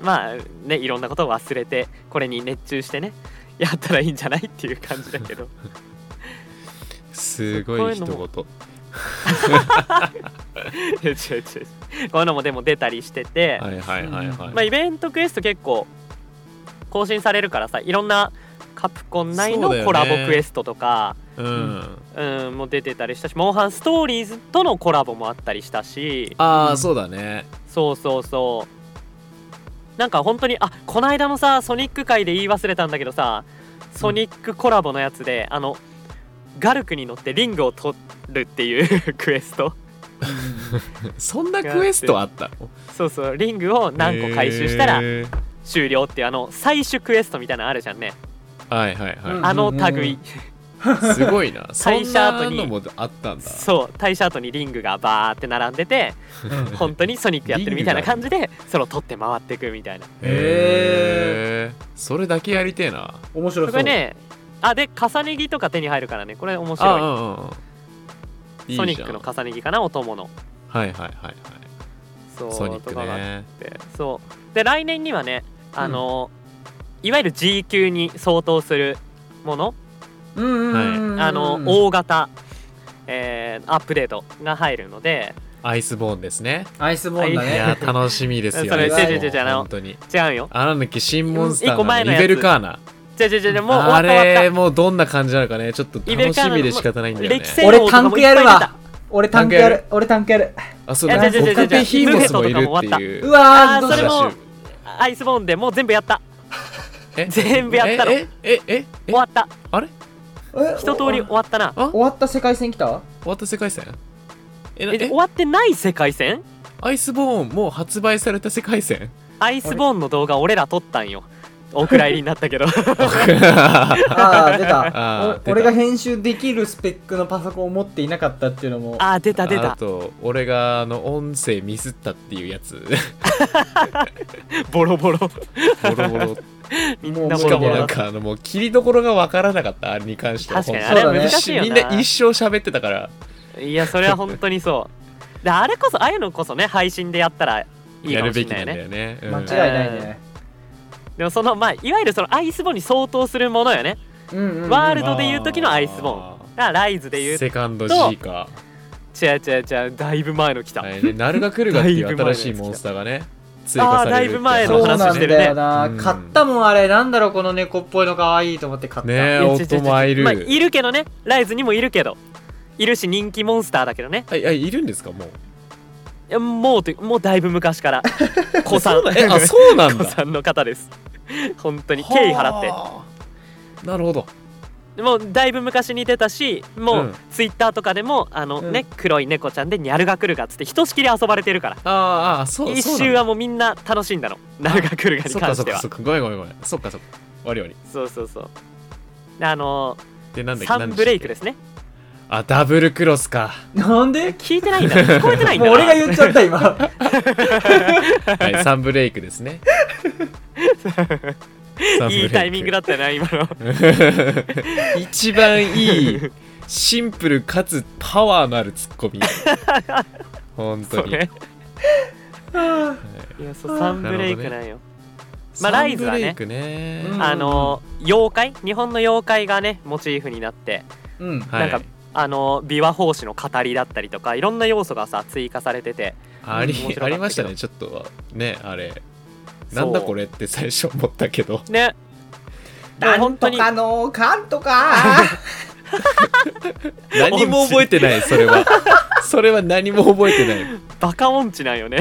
C: まあねいろんなことを忘れてこれに熱中してねやったらいいんじゃないっていう感じだ
A: [laughs]
C: けど
A: すごい一言
C: 違う違う違うこういうのもでも出たりしてて、
A: はいはいはいはい、
C: まあ、イベントクエスト結構更新されるからさいろんなカプコン内
A: そ
C: の
A: うだよね
C: コラボクエストとか
A: うん、
C: うん、も出てたりしたしモンハンストーリーズとのコラボもあったりしたし
A: あ
B: う
A: あ
B: ん
A: そうだね [laughs]
C: そうそうそうなんか本当にあこの間のさソニック界で言い忘れたんだけどさソニックコラボのやつであのガルクに乗ってリングを取るっていう [laughs] クエスト
A: そんなクエストあったの
C: そうそうリングを何個回収したら
A: へー
C: 終了っていうあの採取クエストみたいなのあるじゃんね
A: はいはいはい、
B: うん
C: あの類
A: すごい
C: [laughs]
A: なそ
C: 会
A: ん
C: 社
A: な
C: 後に
A: のもあったんだ
C: そう退社後にリングがバーって並んでて本当にソニックやってるみたいな感じでそれを取って回っていくみたいな
A: へえそれだけやりてえな
B: 面白
C: こ
B: そう
C: れねあで重ね着とか手に入るからねこれ面
A: あ
C: 白い
A: あいいじゃ
C: ソ
A: ん
C: ニックの重ね着かなお供の
A: はいはいはいはい
C: そう
A: ソニック
C: とかがあっ
A: ね
C: てそうで来年にはねあの、いわゆる G 級に相当するもの、
B: うんうんうんうん
C: あの大型、えーアップデートが入るので
A: アイスボーンですね
B: アイスボーンだ
A: いや
B: ね
A: ー楽しみですよ
C: [laughs] そ
B: れ
A: アイスボーン
B: 違う
C: 違う違うあの
A: 本当に
C: 違うんよ
A: あなんだっけ新モンスタ
C: 一個
A: ー
C: 前
A: の
C: のや
A: リ
C: つ
A: ベルカーナ
C: じゃじゃじゃもう終わ
A: あ
C: った終わ
A: れ
C: っ
A: もうどんな感じなのかねちょっと
C: イベル
A: 楽
C: カー
A: し
C: ナ
A: みで仕方ないん
C: た
A: だよね
C: 歴戦
B: 俺
C: 王とかも
B: タンクやるわ
C: いっぱい出た
B: 俺タンクやる俺タンクやる
A: あそう
C: いや
A: だ
B: 違
A: ボ
B: う違う違う
A: カペヒーモスもいるっていう
B: う
A: わ
B: わ
C: あ
B: ーど
C: ー
B: うし
C: それ
B: よう
C: もアイスボーンでもう全部やった
A: え
C: 全部やったの
A: えええええ
C: 終わった
A: あれ
B: え
C: 一通り終わったな
A: あ
B: 終わった世界戦来た
A: 終わった世界戦えな
C: え
A: え
C: 終わってない世界戦
A: アイスボーンもう発売された世界
C: [laughs]
A: 線
C: アイスボーンの動画俺ら撮ったんよお蔵入りにな
A: [laughs]
C: ったけど
A: あー
B: ああ出
A: 出
B: たお
A: た
B: 俺が編集できるスペックのパソコンを持っていなかったっていうのも
C: あー出た出
A: あ
C: た
A: と俺があの音声ミスったっていうや
C: [laughs]
A: つ
C: ボロボロ
A: ボロボロ
C: みんな
A: し
C: ボ
A: か
C: ロボ
A: も
C: ロだ
A: なん
C: った
A: かあのもう切りどころがわからなかったあれに関しては
C: 確かに
A: 本当
B: あれ難
C: しいよな
A: みんな一生喋ってたから
C: いやそれは本当にそうであれこそああいうのこそね配信でやったらいい
A: や
C: か
A: る
C: もし
A: べ
C: れ
A: きな
C: な
A: ん
C: い
A: だ
C: ね
A: よね、うん
B: 間違いないね
C: でもそのまあいわゆるそのアイスボーンに相当するものよね、
B: うんうんうん
C: ワールドでいう時のアイスボーン
A: あ
C: だからライズでいう違う
A: セカンド G か、
C: 違う違うだいぶ前の来た、
A: はいね、ナルガクルガってい
C: [laughs] だいうぶ前の
A: 新
C: やつ
A: しいモンスターがね追加されるって
C: あーだいぶ前
B: そう
C: の
B: なん
C: 話してるね
B: だよな、
A: うん
B: 買ったもんあれなんだろうこの猫っぽいの可愛いと思って買った、
C: い
A: ね
C: や
A: え
C: 違う違う違う
A: 夫もいる、
C: まあ、いるけどねライズにもいるけどいるし人気モンスターだけどね
A: あいやいるんですか
C: [laughs]
A: もう
C: いやもうというもうだいぶ昔
A: [laughs]
C: から子さん
A: え
C: [laughs]
A: あそうなん
C: 子
A: だ
C: さんの方です本当に敬意払って
A: はあなるほど
C: もうだいぶ昔に出たしも
A: うん
C: うツイッターとかでもあのね、
B: うん
C: 黒い猫ちゃんでニャルが来るがっつってひとしきり遊ばれてるから
A: ああああそう
C: 一
A: そう
C: 周
A: なんだ
C: はもうみんな楽しんだのニャルが来るがに
A: そっかそ
C: 関
A: っ
C: し
A: てか
C: は
A: そっかごめんごめんごめんそっかそっか終わり終わり
C: そうそうそうであの
A: でなんだっけ
C: サ
A: なん
C: ン
A: で
C: ブレイク
A: したっ
C: ですね
A: けあダブルクロスか
B: なんで
C: 聞いてないんだ聞こえてないん
B: も
C: だ
B: う
C: な
B: 俺が言っちゃった今
A: はいサンブレイクですねサンブレイク
C: いいタイミングだったよな今の
A: 一番いいシンプルかつパワーのあるツッ [laughs] コミ本
C: そ
A: 当
C: う
A: に、
C: ねいやそうサンブレイクなんよまあライズは
A: サ
C: ね
A: ンブレイクね
B: うん
C: あの妖怪日本の妖怪がねモチーフになって
B: [laughs] うん
A: はい
C: なんかあの琵琶法師の語りだったりとかいろんな要素がさ追加されてて
A: あり
C: 面白かったけど
A: ありましたねちょっとねあれ
C: そ
A: な
C: う
A: んだこれって最初思ったけ [laughs] ど
C: ね
B: な
C: 本
B: ん
C: 当
B: と
C: に
B: かのかんとか
A: 何も覚えてないそれは [laughs] それは何も覚えてない
C: バカ音痴なんよね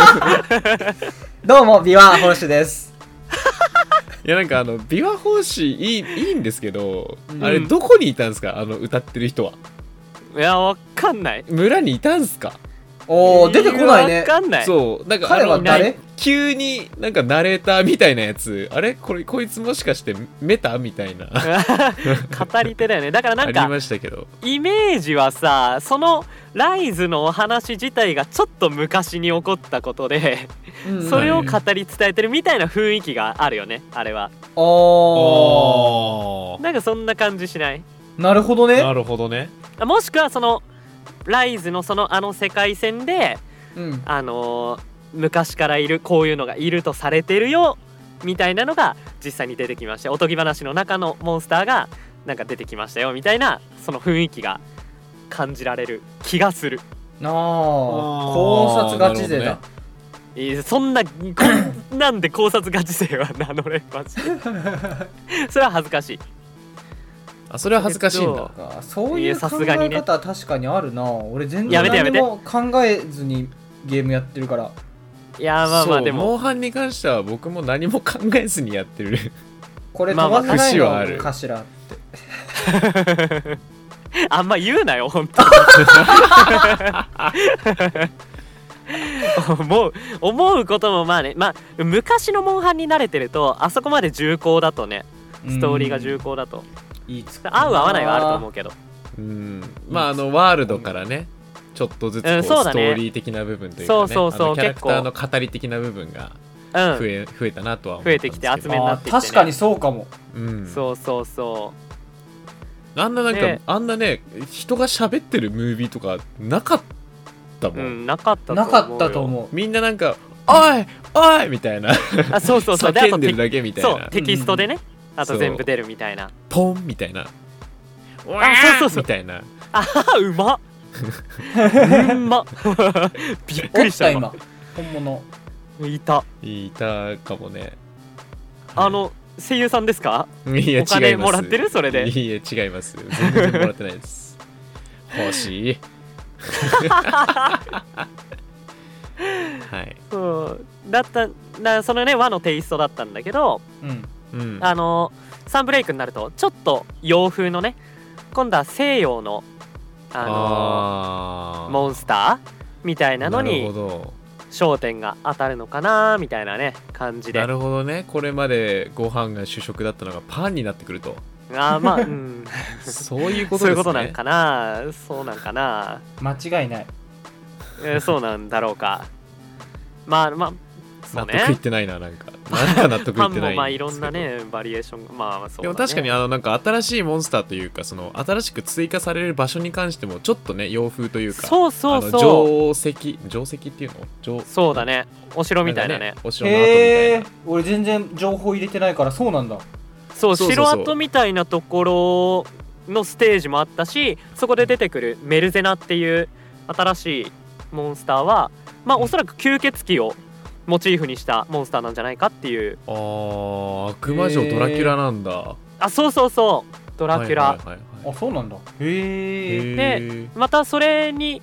B: [laughs]
C: [laughs]
B: どうもビワーホシです
A: いやなんかあの琵琶法師いいいいんですけど、
B: うん
A: あれどこにいたんですかあの歌ってる人はい
C: やわかんない
A: 村にいたんすか
B: おお出てこない
C: わ
B: ね
C: かんない
A: そうなんかあ
B: 彼
A: の
B: は誰
A: き急になんかナレーターみたいなやつあれこれこいつもしかしてメタみたいな
C: 語り手だよねだから
A: あ
C: なん
A: り
C: か
A: ましたけど
C: イメージはさそのライズのお話自体がちょっと昔に起こったことで
B: うん
C: それ
A: は
C: を
A: い
C: 語り伝えてるみたいな雰囲気があるよねあれは
B: あ
C: なんかそんな感じしない
B: あなるほど
A: あー
B: ね
A: なるほどね
C: あもしくはそのライズのそのあの世界線で
B: うん
C: あのー昔からいるこういうのがいるとされてるよみたいなのが実際に出てきましておとぎ話の中のモンスターがなんか出てきましたよみたいなその雰囲気が感じられる気がする
B: ああ
A: ー
B: 考察ガチ勢だ、
C: いやそんなこんなんで考察ガチ勢は名乗れます
A: [laughs]
C: それは恥ずかしい
A: あそれは恥ずかしいんだ、
B: なんかそういう考
C: さす
B: え
C: がにね
B: 方は確かにあるな、俺全
C: や
B: 然
C: めてや
B: 何
C: めて
B: も考えずにゲームやってるから
C: いやまあま
A: そ
C: あ
A: う
C: でも
A: モンハンに関しては僕も何も考えずにやってる
B: これ
C: まあ
B: 飛
C: まあ
B: ばせない
A: 節はある
B: のかしらって、
C: あんま言うなよ本当に思う思うこともまあねまあ昔のモンハンに慣れてるとあそこまで重厚だとねストーリーが重厚だと
B: うんいいつ
C: 合う合わないはあると思うけど
A: うんまああのワールドからねちょっとずつこう、
C: うん
A: ス
C: そう
A: ト
C: だね
A: ーリー的な部分というか、ね、
C: そうそうそう
A: あのキャラクターの語り的な部分が
C: う
A: 増
C: ん
A: え,、増えたなとは思
C: 増えてきて集め
A: て、
C: にな
B: あ
C: っ
B: ー
C: てきてね
B: 確かにそうかも
A: うん、
C: そうそうそう
A: あんななんか、
C: ね
A: あんなね人が喋ってるムービーとかなかったも、
C: うんんなかったと思
B: な
C: うよ
B: かったと思う
A: みんななんか「おいおい!」みたいな
C: あそうそうそうであ
A: 叫
C: と
A: んで
C: テ
A: るだけみたい
C: そう
A: な
C: テキストでねあ
A: そ
C: と
A: う
C: 全部出るみたいな
A: ポンみたいな「わ
C: そう
A: ー!」 [laughs]
C: そうそう
A: みたいな
C: あははう
A: [laughs]
C: まっうんまっびっく
B: おっ
C: りした
B: た
C: 今
B: 今本物
C: いた
A: いたかもね
C: あの声優さんですか
A: いや
C: お金
A: 違います
C: もらってるそれで
A: いや違います全然もらってないです
C: [laughs]
A: 欲しいはい
C: そうだっただそのね和のテイストだったんだけど、
B: うん
A: うん
C: あのサンブレイクになるとちょっと洋風のね今度は西洋のあ
A: あ
C: の
A: ー
C: モンスターみたいなの
A: なるほ
C: に
A: ど
C: 焦点が当たるのかなみたいなね感じで
A: なるほどねこれまでご飯が主食だったのがパンになってくると
C: あーまあ、うん、
A: [laughs] そういうことですね
C: [laughs] そういうことなんかなそうなんかな、
B: 間違いない
C: え
A: [laughs]
C: ーそうなんだろうかまあまあそ
A: 納
C: う
A: 得いっ
C: ね
A: てないななんかなんか納得い
C: [laughs] パ
A: っ
C: ン
A: てな
C: も
A: い
C: まあいろんな
A: ですけど
C: ねバリエーションがまあまあそう
A: で
C: だ、ね、
A: も確かにあのなんか新しいモンスターというかその新しく追加される場所に関してもちょっとね洋風というか
C: そうそう
A: あ
C: そ
A: の
C: う
A: 定石定石っていうの定
C: そうだねお城
A: なんか
C: みたいなね
A: お城の跡みた
B: へ
A: い
B: え俺全然情報入れてないからそうなんだ
C: そう
A: そうそうそう
C: 城跡みたいなところのステージもあったしそこで出てくるメルゼナっていう新しいモンスターはまあおそらく吸血鬼をモチーフにしたモンスターなんじゃないかっていう
A: なあー悪魔城ドラキュラなんだ、
C: あそうそうそうドラキュラ、
A: はいはいはいは
B: あ
A: い
B: そうなんだへえ
A: へえ
C: またそれに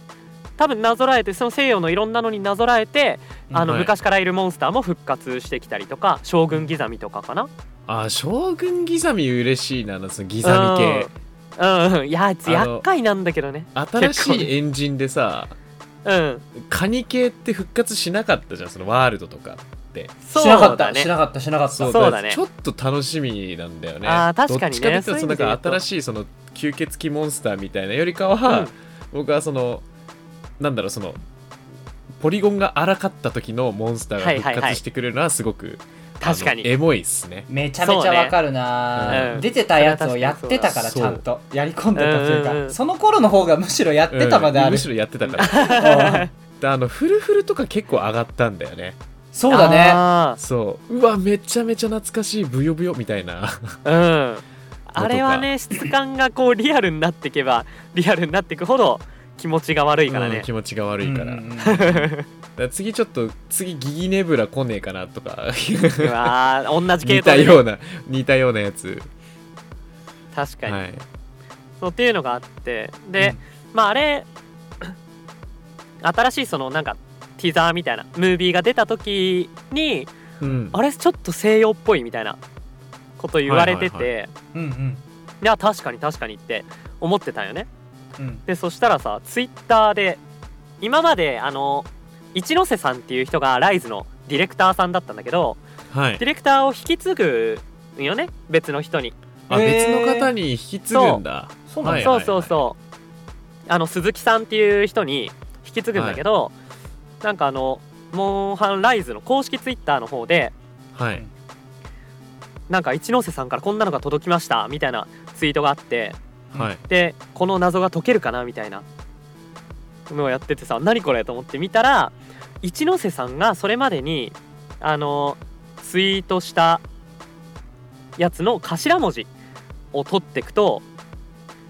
C: 多分なぞらえてその西洋のいろんなのになぞらえてあの
A: はい
C: 昔からいるモンスターも復活してきたりとか将軍ギザミとかかな
A: あ将軍ギザミ嬉しいなあのそのギザミ系
C: うんうんいやあいつ
A: あの
C: 厄介なんだけどね
A: 新し
C: 結構
A: いエンジンでさ
C: うん
A: カニ系って復活しなかったじゃんそのワールドとかって
C: そ
B: しなか
C: う
B: っ
C: だ
B: た
C: ね
B: しなかったしなかった
C: そうだね
A: ちょっと楽しみなんだよね
C: あー確か
A: どっち
C: にね
A: かというとそ
C: そういう意
A: の
C: 味で言
A: な
C: うんと
A: か新しいその吸血鬼モンスターみたいなよりかは、
C: うん
A: 僕はそのなんだろうそのポリゴンが荒かった時のモンスターが
C: はい
A: 復
C: はいはい
A: 活してくれるのはすごく、
C: 確かに
A: あのエモいっすね
B: めちゃめちゃわかる
A: そう
B: な、
A: ねうん
B: 出てたやつをやってたから
A: そ
B: ち
A: れは
B: ゃん
A: 確
B: とやり込んでたというか、
C: うんうんうん
B: その頃の方がむしろやってたまであ
A: うん
B: る、
A: むしろやってたから
B: うん
A: であのフルフルとか結構上がったんだよね
B: そうだね
C: あ
A: そううわめちゃめちゃ懐かしいブヨブヨみたいな
C: ーうんあれはね質感がこうリアルになっていけば [laughs] リアルになっていくほど気持ちが悪いから
A: うん
C: ね
A: 気持ちが悪いから,、
B: うんうん
A: だか
B: うん
A: ら次ちょっと次ギギネブラ来ねえかなとか
C: うわー同じ系
A: 似
C: 統
A: た
C: で
A: ような似たようなやつ
C: 確かに、
A: はい
C: そうっていうのがあってで、まああれ [coughs] 新しいそのなんかティザーみたいなムービーが出た時に
A: うん
C: あれちょっと西洋っぽいみたいなこと言われてて、
A: はいい
B: うんうん
C: や確かに確かにって思ってたよね
B: うん
C: でそしたらさツイッターで今まであの一ノ瀬さんっていう人がライズのディレクターさんだったんだけど
A: はい
C: ディレクターを引き継ぐんよね別の人に、
A: あ、
B: えー
A: 別の方に引き継ぐんだ
B: そうなんだ
A: はい
C: そうそうそうあの鈴木さんっていう人に引き継ぐんだけど、なんかあのモンハンライズの公式ツイッターの方で
A: はい
C: なんか一ノ瀬さんからこんなのが届きましたみたいなツイートがあって
A: はい
C: でこの謎が解けるかなみたいなのをやっててさ何これと思って見たら一ノ瀬さんがそれまでにあのツイートしたやつの頭文字を取ってくと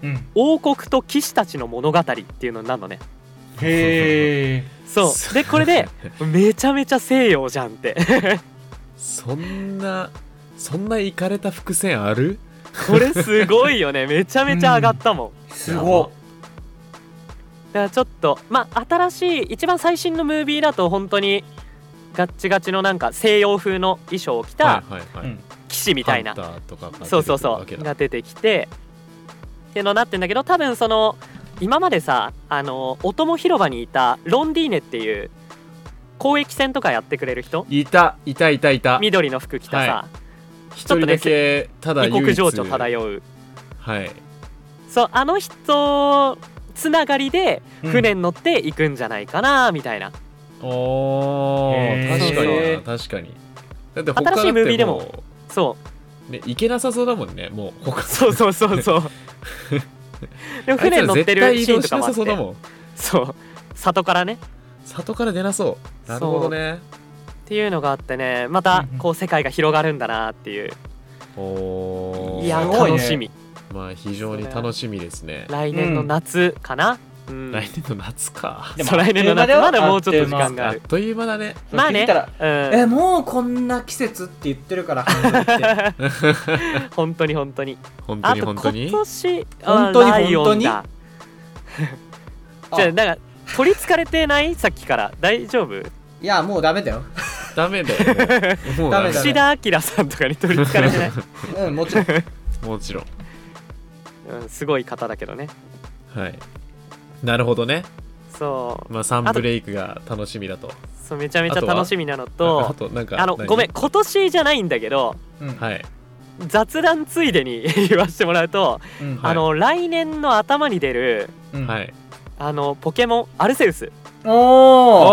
B: うん
C: 「王国と騎士たちの物語」っていうのになるのね
B: へえ
C: そうでこれ [laughs] でめちゃめちゃ西洋じゃんって
A: そんなそんなイかれた伏線ある
C: これすごいよねめちゃめちゃ上がったもん
B: すご
C: だからちょっとまあ新しい一番最新のムービーだと本当にガッチガチのなんか西洋風の衣装を着た
A: はいはい
B: い、
A: は
B: う
A: い
B: ん、
C: 騎士みたいな、
A: ハンターとかが出てくる
C: そうそうそ
A: わけ
C: う
A: だ
C: が出てきてっていうのになってんだけど多分その今までさあのお供広場にいたロンディーネっていう交易船とかやってくれる人
A: いたいたいたいた
C: 緑の服着たさ、
A: 一人だけただ
C: 異
A: 唯
C: 国
A: 一
C: 情緒漂う
A: はい
C: そうあの人つながりで
B: うん
C: 船に乗って行くんじゃないかなみたいな、
A: おー
B: へ
C: ー
A: 確かに
B: へ
A: な
B: ー
A: 確かにだって他
C: 新しいムービーでも
A: だっても
C: そう
A: うね、行けなさそうだもんねもう他
C: そうそうそうそう
A: あ
C: でも
A: いつ
C: 船
A: ら
C: に乗って
A: 絶対
C: る
A: 移
C: シーン
A: 動
C: と
A: し
C: か
A: な
C: もあっ
A: さそうだ
C: て
A: もん
C: そう里からね
A: 里から出なそうなるほどね
C: っていうのがあってねまた
B: うんうん
C: こう世界が広がるんだなっていう
A: おー
C: いや
B: すごいね
C: 楽しみ
A: まあ非常に楽しみですね
C: 来年の夏かなうん
A: 来年の夏か
B: でも
C: そう来年の夏まだもうちょっと時間が
A: あ
C: あ
A: っ
C: る
A: という間だね
C: まあね
B: 聞いたら
C: う
B: えもうこんな季節って言ってるから半分
C: [laughs]
B: って
C: ん本当に本当に
A: 本当
C: あ
A: に
C: と今
A: 本当に
C: 年
B: 本当に
C: あライオンだ
B: 本あ
C: じゃあなんか取りつかれてないさっきから大丈夫
B: いやもうダメだよ
A: ダメだ [laughs] よもうもうダメ
B: ダメだ
A: だ
C: 岸田明さんとかに取りつかれてない
B: うんもちろん
A: もちろん
C: うんすごい方だけどね
A: はいなるほどね
C: そう
A: まあ3ブレイクが楽しみだと
C: そうめちゃめちゃ
A: あとは
C: 楽しみなの
A: あ
C: と
A: となんか
C: あの
A: 何
C: ごめん今年じゃないんだけど
B: うん
A: はい
C: 雑談ついでに [laughs] 言わせてもらうと、
B: うん
A: はい
C: あの来年の頭に出る
B: うん
A: はい
C: あのポケモンアルセウス
A: お
B: おお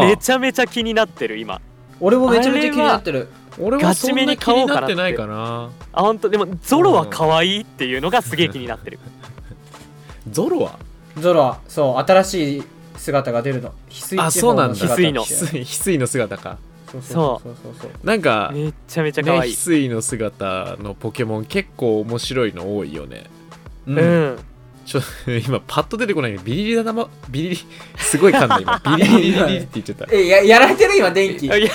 C: うわ
A: ー
C: めちゃめちゃ気になってる今
B: 俺もめちゃめちゃ気になってる
A: 俺もそんな気になってないかな
C: あ本当でもゾロは可愛いっていうのがすげえ気になってる
A: ゾロは
B: ゾロはそう新しい姿が出るの翡翠
A: あそうなんだ
B: 地方姿って
C: 翡
A: 翡翠翡翠の姿か
B: そうそうそうそうそう
A: なんかね
C: めちゃめちゃ可
A: 翡
C: 愛い、
A: 翠の姿のポケモン結構面白いの多いよね
B: うん
C: うん
A: ちょ今パッと出てこないけどビリリだなまビリリすごい噛んだ今ビリリリリリって言っちゃった
B: えややられてる今電気
C: あいや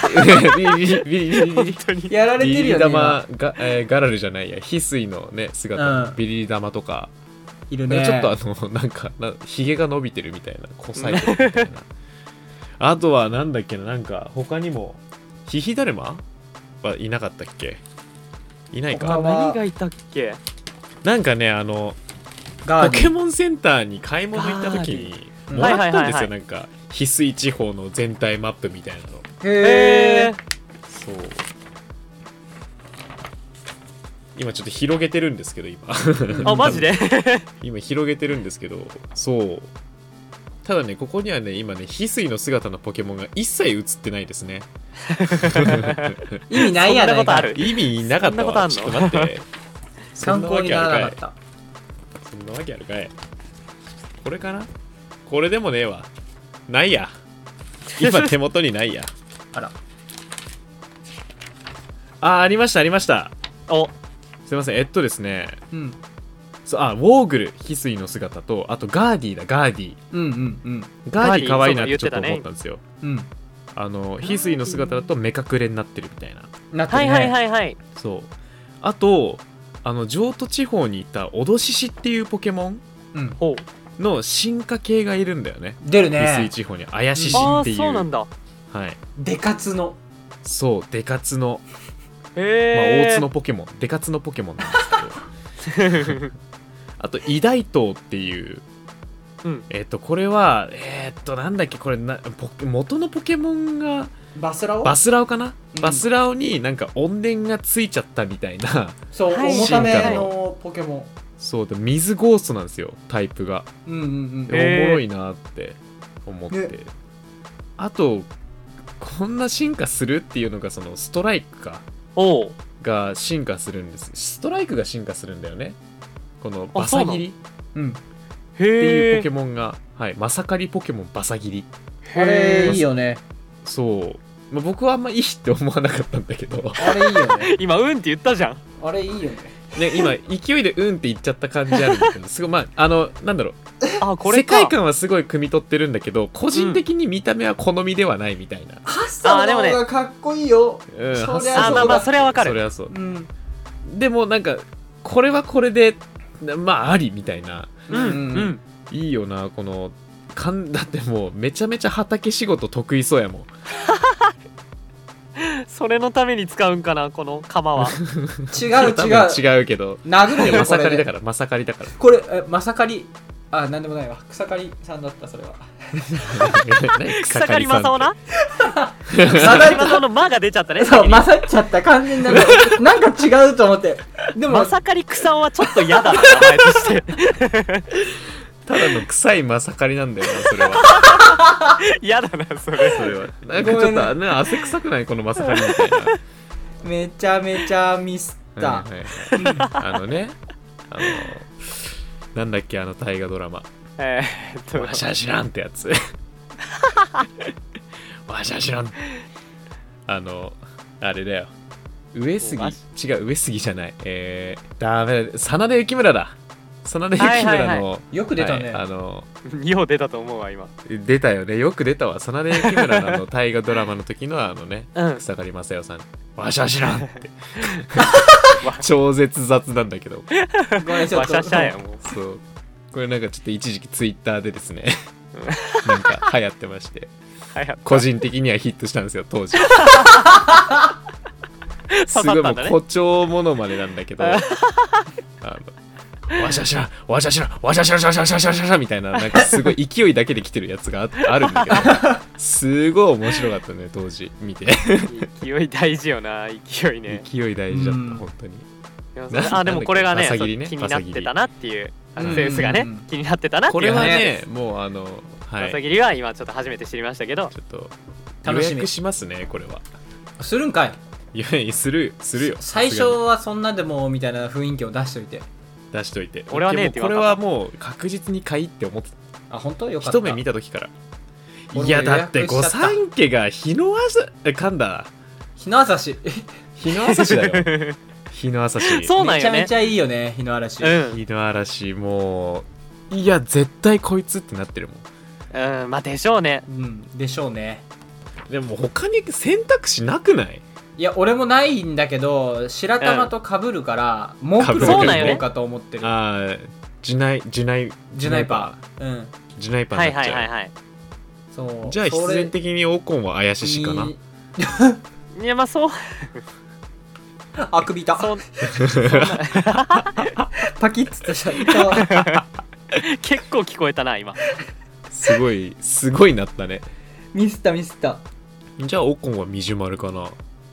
A: ビリリリリリリリ
C: 本当に
B: やられ
A: ビ
B: て
A: リ
B: る
A: リ
B: よね今
A: 玉が、えーガラルじゃないや翡翠のね姿、
B: うん
A: ビリリ玉とか
B: いる
A: なん
B: ね
A: かちょっとあのなんかなひげが伸びてるみたいなこさえてるみたいなあとはなんだっけななんか他にもヒヒダルマはいなかったっけいない
B: 他
A: か
B: は
C: 何がいたっけ
A: なんかねあの
B: ガ
A: ポ
B: ーデ
A: ケ
B: ィン
A: モンセンターに買い物行った時に
B: ガーデ
A: も
B: ィ
A: らったんです
C: はいはいはいは
A: よ
C: い
A: なんか翡翠地方の全体マップみたいなの
B: へえ
A: そう今ちょっと広げてるんですけど今 [laughs]
C: あマジで
A: 今広げてるんですけどそうただねここにはね今ね翡翠の姿のポケモンが一切映ってないです
C: [laughs]
A: ね
B: 意味ないやない
C: そんなことあ
B: か
C: る
A: 意味なかったわち
C: そ
A: ょ
C: ん
A: っ
C: な
A: と
C: ことあんの
A: 待
C: [laughs]
A: ってそん
B: 参
A: な
B: 考
A: わ
B: に
A: けあ
B: な
A: るか
B: らないかった
A: そんなわけあるかいこれかなこれでもねえわないや今手元にないや
B: あら
A: あありましたありました
C: お
A: すいませんえっとですね
B: うん
A: そうあウォーグル翡翠の姿とあとガーディだガーディ
B: うんうんうん
A: ガーディ可愛いなっ
C: ガ
A: て
C: ーディ
A: ちょっと
C: そう
A: 思
C: だ
A: っ
C: 言って
A: た
C: た
A: んですよ、
B: うん
A: あの翡翠の姿だと目隠れになってるみたいな
B: なって
C: は
B: る
C: い
B: ね
C: はいはいはい
A: そうあとあの上都地方にいたオドシシっていうポケモン
B: うん
C: ほう
A: の進化系がいるんだよね
B: 出る
A: 翡翠
B: ね
A: 地方に怪しし
C: ああ
A: っていう、
C: そうなんだ
A: はい
B: デカツの
A: そうデカツの、まあ、
C: へえ
A: 大津のポケモン、デカツの
C: [laughs]
A: ポケモンなんですけどあと偉大島っていう
C: うん
A: えっとこれはえっとなんだっけこれなポケ元のポケモンが
B: バスラを
A: バスラオかな、
B: うん
A: バスラオになんか怨念がついちゃったみたいな [laughs]
B: そう、
C: はい
B: 重ため
A: 進化の
B: のポケモ
A: そうで水ゴーストなんですよタイプが
B: ン。うんうん
A: で
B: うん。
C: へー
A: おもろいなって思って、
B: ね
A: あとこんな進化するっていうのがそのストライクか
C: [laughs] おう
A: が進化するんですストライクが進化するんだよねこのバサギリっ
B: うん、
C: へ
A: ていうポ
C: え
A: ケモンが、はい、マサカリポケモンバサギリ
B: あれいいよね。
A: そう、まあ、僕はあんまいいって思わなかったんだけど、
B: あれいいよ
C: [laughs]
B: ね。
C: 今うんって言ったじゃん
B: あれいいよね。
A: ね、今勢いでうんって言っちゃった感じあるんだけどすごいまああのなんだろう
C: あこ
A: 世
C: れか
A: 界観はすごい汲み取ってるんだけど個人的に見た目は好みではないみたいな、
B: ハッサ
C: あで
B: ム
C: も
B: の
C: ね
B: 方がかっこいいよ。
A: うん
B: そりゃ
A: ハッサ
C: あ
A: ム
C: まあまあそれはわか
A: そ
C: る
A: れはそう
B: うん。
A: でもなんかこれはこれでまあありみたいな
C: うんうん
A: いいよなこのかんだってもうめちゃめちゃ畑仕事得意そうやもん
C: それのために使うんかなこの釜は
B: 違う違
A: 多
B: う。
A: 分違うけど
B: 殴
A: い
B: る
A: や
B: よ、
A: ま
B: こ
A: さかり
B: れ
A: だ
B: で。
A: からまさかりだから
B: これ、えまさかり。あ、なんでもないわ。草刈りさんだった、それは。
A: 何
C: 草刈
A: さんって
C: 正雄な
B: ま
C: 草刈正雄の「間が出ちゃったね
B: そう、まさっちゃった、完全になんか、なんか違うと思って。でも、
C: まさかり草はちょっと嫌だな名前として
A: ただの臭いまさかりなんだよなそれは
C: 嫌だなそれ
A: それはなんかちょっとあ、ね、汗臭くないこのまさかりみたいな
B: めちゃめちゃミスった
A: はい。はいはい、あのねあのなんだっけあの大河ドラマ
C: えーっ
A: 「
C: と
A: わしゃ知らん」ってや
C: [laughs]
A: つわしゃ知らんあのあれだよ上杉
C: おわ
A: 違う上杉じゃないえー、ダメだ真田幸村だ真田幸
C: はいは
A: 村
C: い
A: の
B: よく出たね。
A: はいあの
C: 2歩出たと思うわ今
A: 出たよねよく出たわ真田幸村
C: [laughs]
A: のあの大河ドラマの時のあのね
C: うん
A: 草刈正代さん「わしゃ知らん」って
C: [laughs]
A: 超絶雑なんだけど
B: ごめん、ちょっ
C: わしゃ
B: と。
C: しゃやもう
A: そうこれなんかちょっと一時期ツイッターで
C: [laughs]
A: ですねなんか流行ってまして
C: はや
A: 個人的にはヒットしたんですよ当時すごいもう誇張ものまねなんだけどあのわしゃしらわしゃしらわしゃしらしゃしゃしゃしゃしゃみたいななんかすごい勢いだけで来てるやつがああるんだけどすごい面白かったね当時見て
C: 勢い大事よな勢いね
A: 勢い大事だっ
B: うん
A: た本当にな
C: あでもこれがね
A: なんだっけ朝霧ね
C: そう気になってたなっていうあ
A: う
C: の
A: ん
C: センスがね
B: うん
C: 気になってたなって
A: こ
C: い
A: れ
C: う
A: は
C: ね
A: ねもうあのは
C: 朝
A: い
C: 霧は今ちょっと初めて知りましたけど
A: ちょっと
B: 楽しみ
A: 予約しますねこれは
B: するんかい。
A: いやいやするするよ
B: 最
A: さす
B: 初
A: がに
B: はそんなでも、みたいな雰囲気を出しといて。
A: 出しといて
C: 俺は
A: で
C: ね
A: も
C: って
A: こ
C: 言
A: れ
C: わ
A: は
C: な
A: もう確実に買いって思ってた
B: あ、本当よかった。
A: 一目見た時から
B: 俺も
A: いやだって
B: 予約
A: 御
B: しちゃった
A: 三家が日の朝え噛んだ
B: 日の朝し。
A: 日の朝しだ
B: [laughs]
A: よ日の朝し
C: そうなん
B: めち
C: よ
B: ゃめ
C: ね
B: ちゃいいよね、日の嵐。
C: [laughs] うん
A: 日の嵐もういや絶対こいつってなってるもん
C: うんまあでしょうね
B: うん、でしょうね。
A: でも他に選択肢なくない
B: いや、俺もないんだけど、白玉と被るから、モンクロ
A: そう
B: を
A: なんよね
B: 行こうかと思ってる。
A: あージュナイジュナイ
B: ジュナイパー。うん。
A: ージュナイパー
C: は
A: に
C: い
A: なっ
C: は
A: ち
C: い
A: ゃう、
C: はいはい
B: そう。
A: じゃあ必
B: それ
A: 然的にオコンは怪しいかな
B: に
C: いやまあそう
B: あくびた。 [laughs]
C: そう
A: [laughs]
B: パキッつってしまった。
C: 結構聞こえたな今
A: すごいすごいなったね
B: ミスったミスった。
A: じゃあオコンはミジュマルかな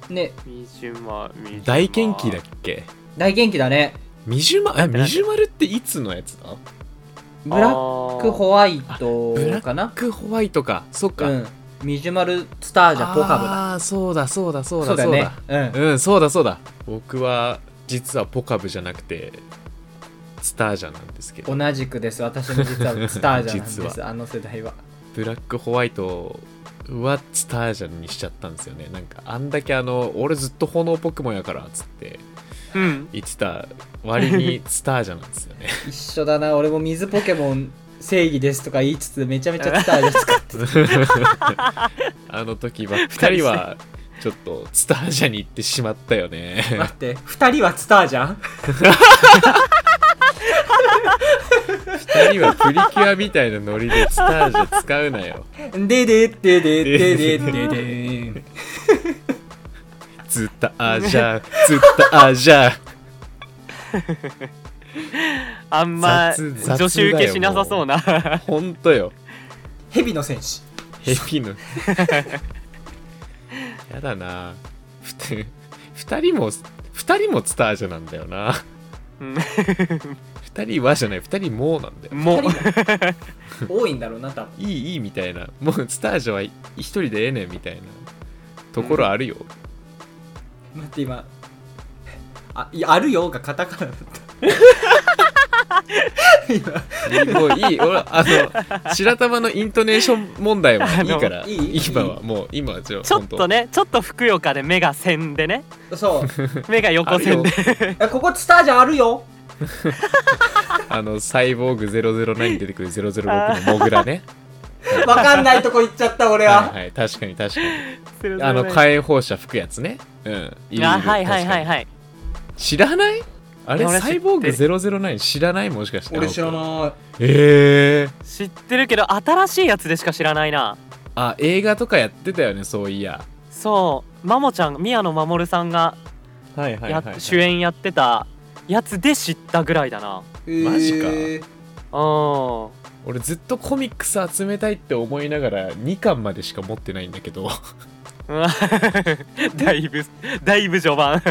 B: ね、
C: みじゅまみじゅま
A: 大研究だっけ
B: 大元気だね。
A: ミジュマえミジュマルっていつのやつだ
B: ブラックホワイ
A: あブラ
B: ト
A: ッ
B: かな
A: クホワイトかそっ
B: う
A: か、
B: ん。ミジュマルスターじゃポカブだ。
A: ああそうだそうだそうだ
B: そ
A: そうう
B: だ
A: だ
B: よね。うん。
A: うんそうだそうだ僕は実はポカブじゃなくてスタージャなんですけど
B: 同じくです私も実はスターじゃな
A: [laughs]
B: ん
A: 実
B: ですあの世代は
A: ブラックホワイトはスタージャにしちゃったんですよねなんかあんだけあの俺ずっと炎ポケモンやからっつって
C: うん
A: 言ってた割
B: [laughs]
A: にスタージャなんですよね
B: 一緒だな俺も水ポケモン正義ですとか言いつつめちゃめちゃスターですか
A: あの時ばっかりはちょっとスタージャに行ってしまったよね
B: 待って [laughs] 二人はスターじゃん
A: 二人はプリキュアみたいなノリでスタージャ使うなよ
B: ででででででで [laughs] で
A: ずっとあーじゃあずっとあーじゃあ
C: あんま
A: 雑雑
C: 女子受けしなさそうな
A: ほんとよ
B: 蛇の戦士
A: ヘビの [laughs] やだなふた二人も二人もツタージュなんだよな
C: うん
A: 二人はじゃない二人もなんだよ
C: もう
B: 二人も多いんだろうな多分
A: いいいいみたいなもうツタージュは一人でええねんみたいなところあるよ、
B: 待って今あいやあるよがカタカナだった今
A: もういい俺あの白玉のイントネーション問題はいいから
B: あのいい
A: 今はもう今はちょ
C: ちょっとねちょっとふくよかで目が線で
A: [laughs]
C: ね
B: そう
C: 目が横線で
B: えここツタージャあるよ
A: あのサイボーグ009に出てくる006のモグラね
B: わかんないとこ行っちゃった俺
A: はい
B: は
A: はい確かに確かに
C: 鋭い
A: あの
C: ね
A: 火炎放射吹くやつねうんいるいる
C: あはいはいはい
A: 確かに
C: はい
A: 知らないあれ
C: 俺知ってる
A: サイボーグ009知らないもしかして
B: 俺知らない
A: ええ
C: 知ってるけど新しいやつでしか知らないな
A: あ映画とかやってたよねそういや
C: そうマモちゃん宮野真守さんが
A: はいは
C: や主演やってたやつで知ったぐらいだな
A: マジか
B: えー
C: うん
A: 俺ずっとコミックス集めたいって思いながら2巻までしか持ってないんだけど
C: うんだいぶだいぶ序盤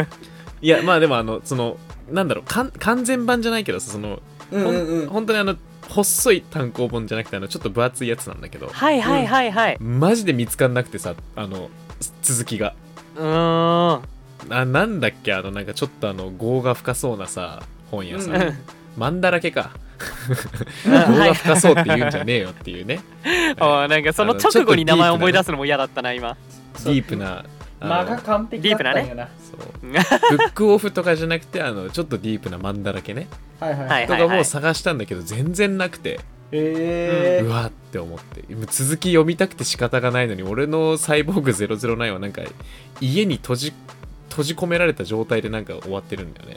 A: いやまあでもあのそのなんだろうかん完全版じゃないけどさその
B: うん
A: ほん
B: うんうん
A: 本当にあの細い単行本じゃなくてあのちょっと分厚いやつなんだけど
C: はいはいはいはい
A: マジで見つかんなくてさあのつ続きが
C: う [laughs] ーん
A: あなんだっけあのなんかちょっとあの業が深そうなさ本屋さん、
B: うん
A: マンだらけか業
C: はい
A: が深そうって言うんじゃねえよっていうね
C: あーなんかその直後に名前思い出すのも嫌だったな今
A: ディープなあの
B: 間が完璧だったんやな
A: そうブックオフとかじゃなくてあのちょっとディープなマンだらけね
B: はいはい
C: はい
A: とかもう探したんだけど全然なくて
B: え
A: う
B: ー
A: わって思ってもう続き読みたくて仕方がないのに俺の「サイボーグ009」はなんか家に閉じ閉じ込められた状態でなんか終わってるんだよね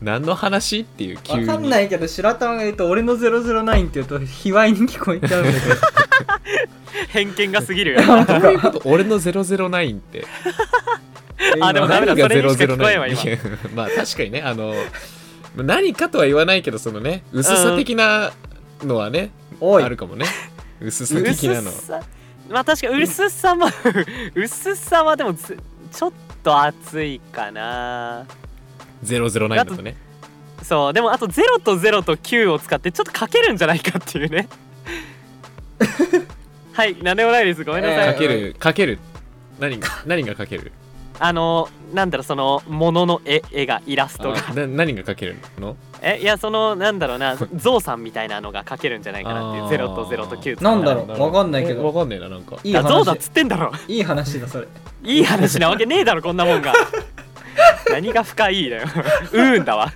A: 何の話っていう急
B: わ
A: に
B: かんないけど白玉が言うと俺の009って言うと卑猥に聞こえちゃうんだ
C: [laughs]
B: けど
C: 偏見が過 [laughs] ぎる
A: どういうこと俺の009って
C: あでもダメだ
A: 何が
C: それにしか聞こえんわ今 [laughs]
A: 009まあ確かにねあの何かとは言わないけどそのね薄さ的なのはね、
B: おい
A: あるかもね薄さ的
C: 薄
A: なの
C: さまあ確かに薄さも [laughs] 薄さはでもずちょっと熱いかな
A: 009だとね
C: そうでもあと0と0と9を使ってちょっとかけるんじゃないかってい
A: [laughs]
C: うねはい何でもないですごめんなさい、
A: かけるかける何が何がかける
C: あのなんだろうそのものの絵絵がイラストが
A: あな何がかけるの
C: えいやそのなんだろうなゾウさんみたいなのがかけるんじゃないかなっていう
A: あー
C: 0と0と9使
B: な
C: うん
B: だろうわかんないけ
A: わ
B: ど
A: かんねえななんか
B: いい
C: あゾウだっ
B: 話
C: つってんだろ
B: いい話だそれ
C: いい話なわけねえだろこんなもんが何が深いだようーんだわ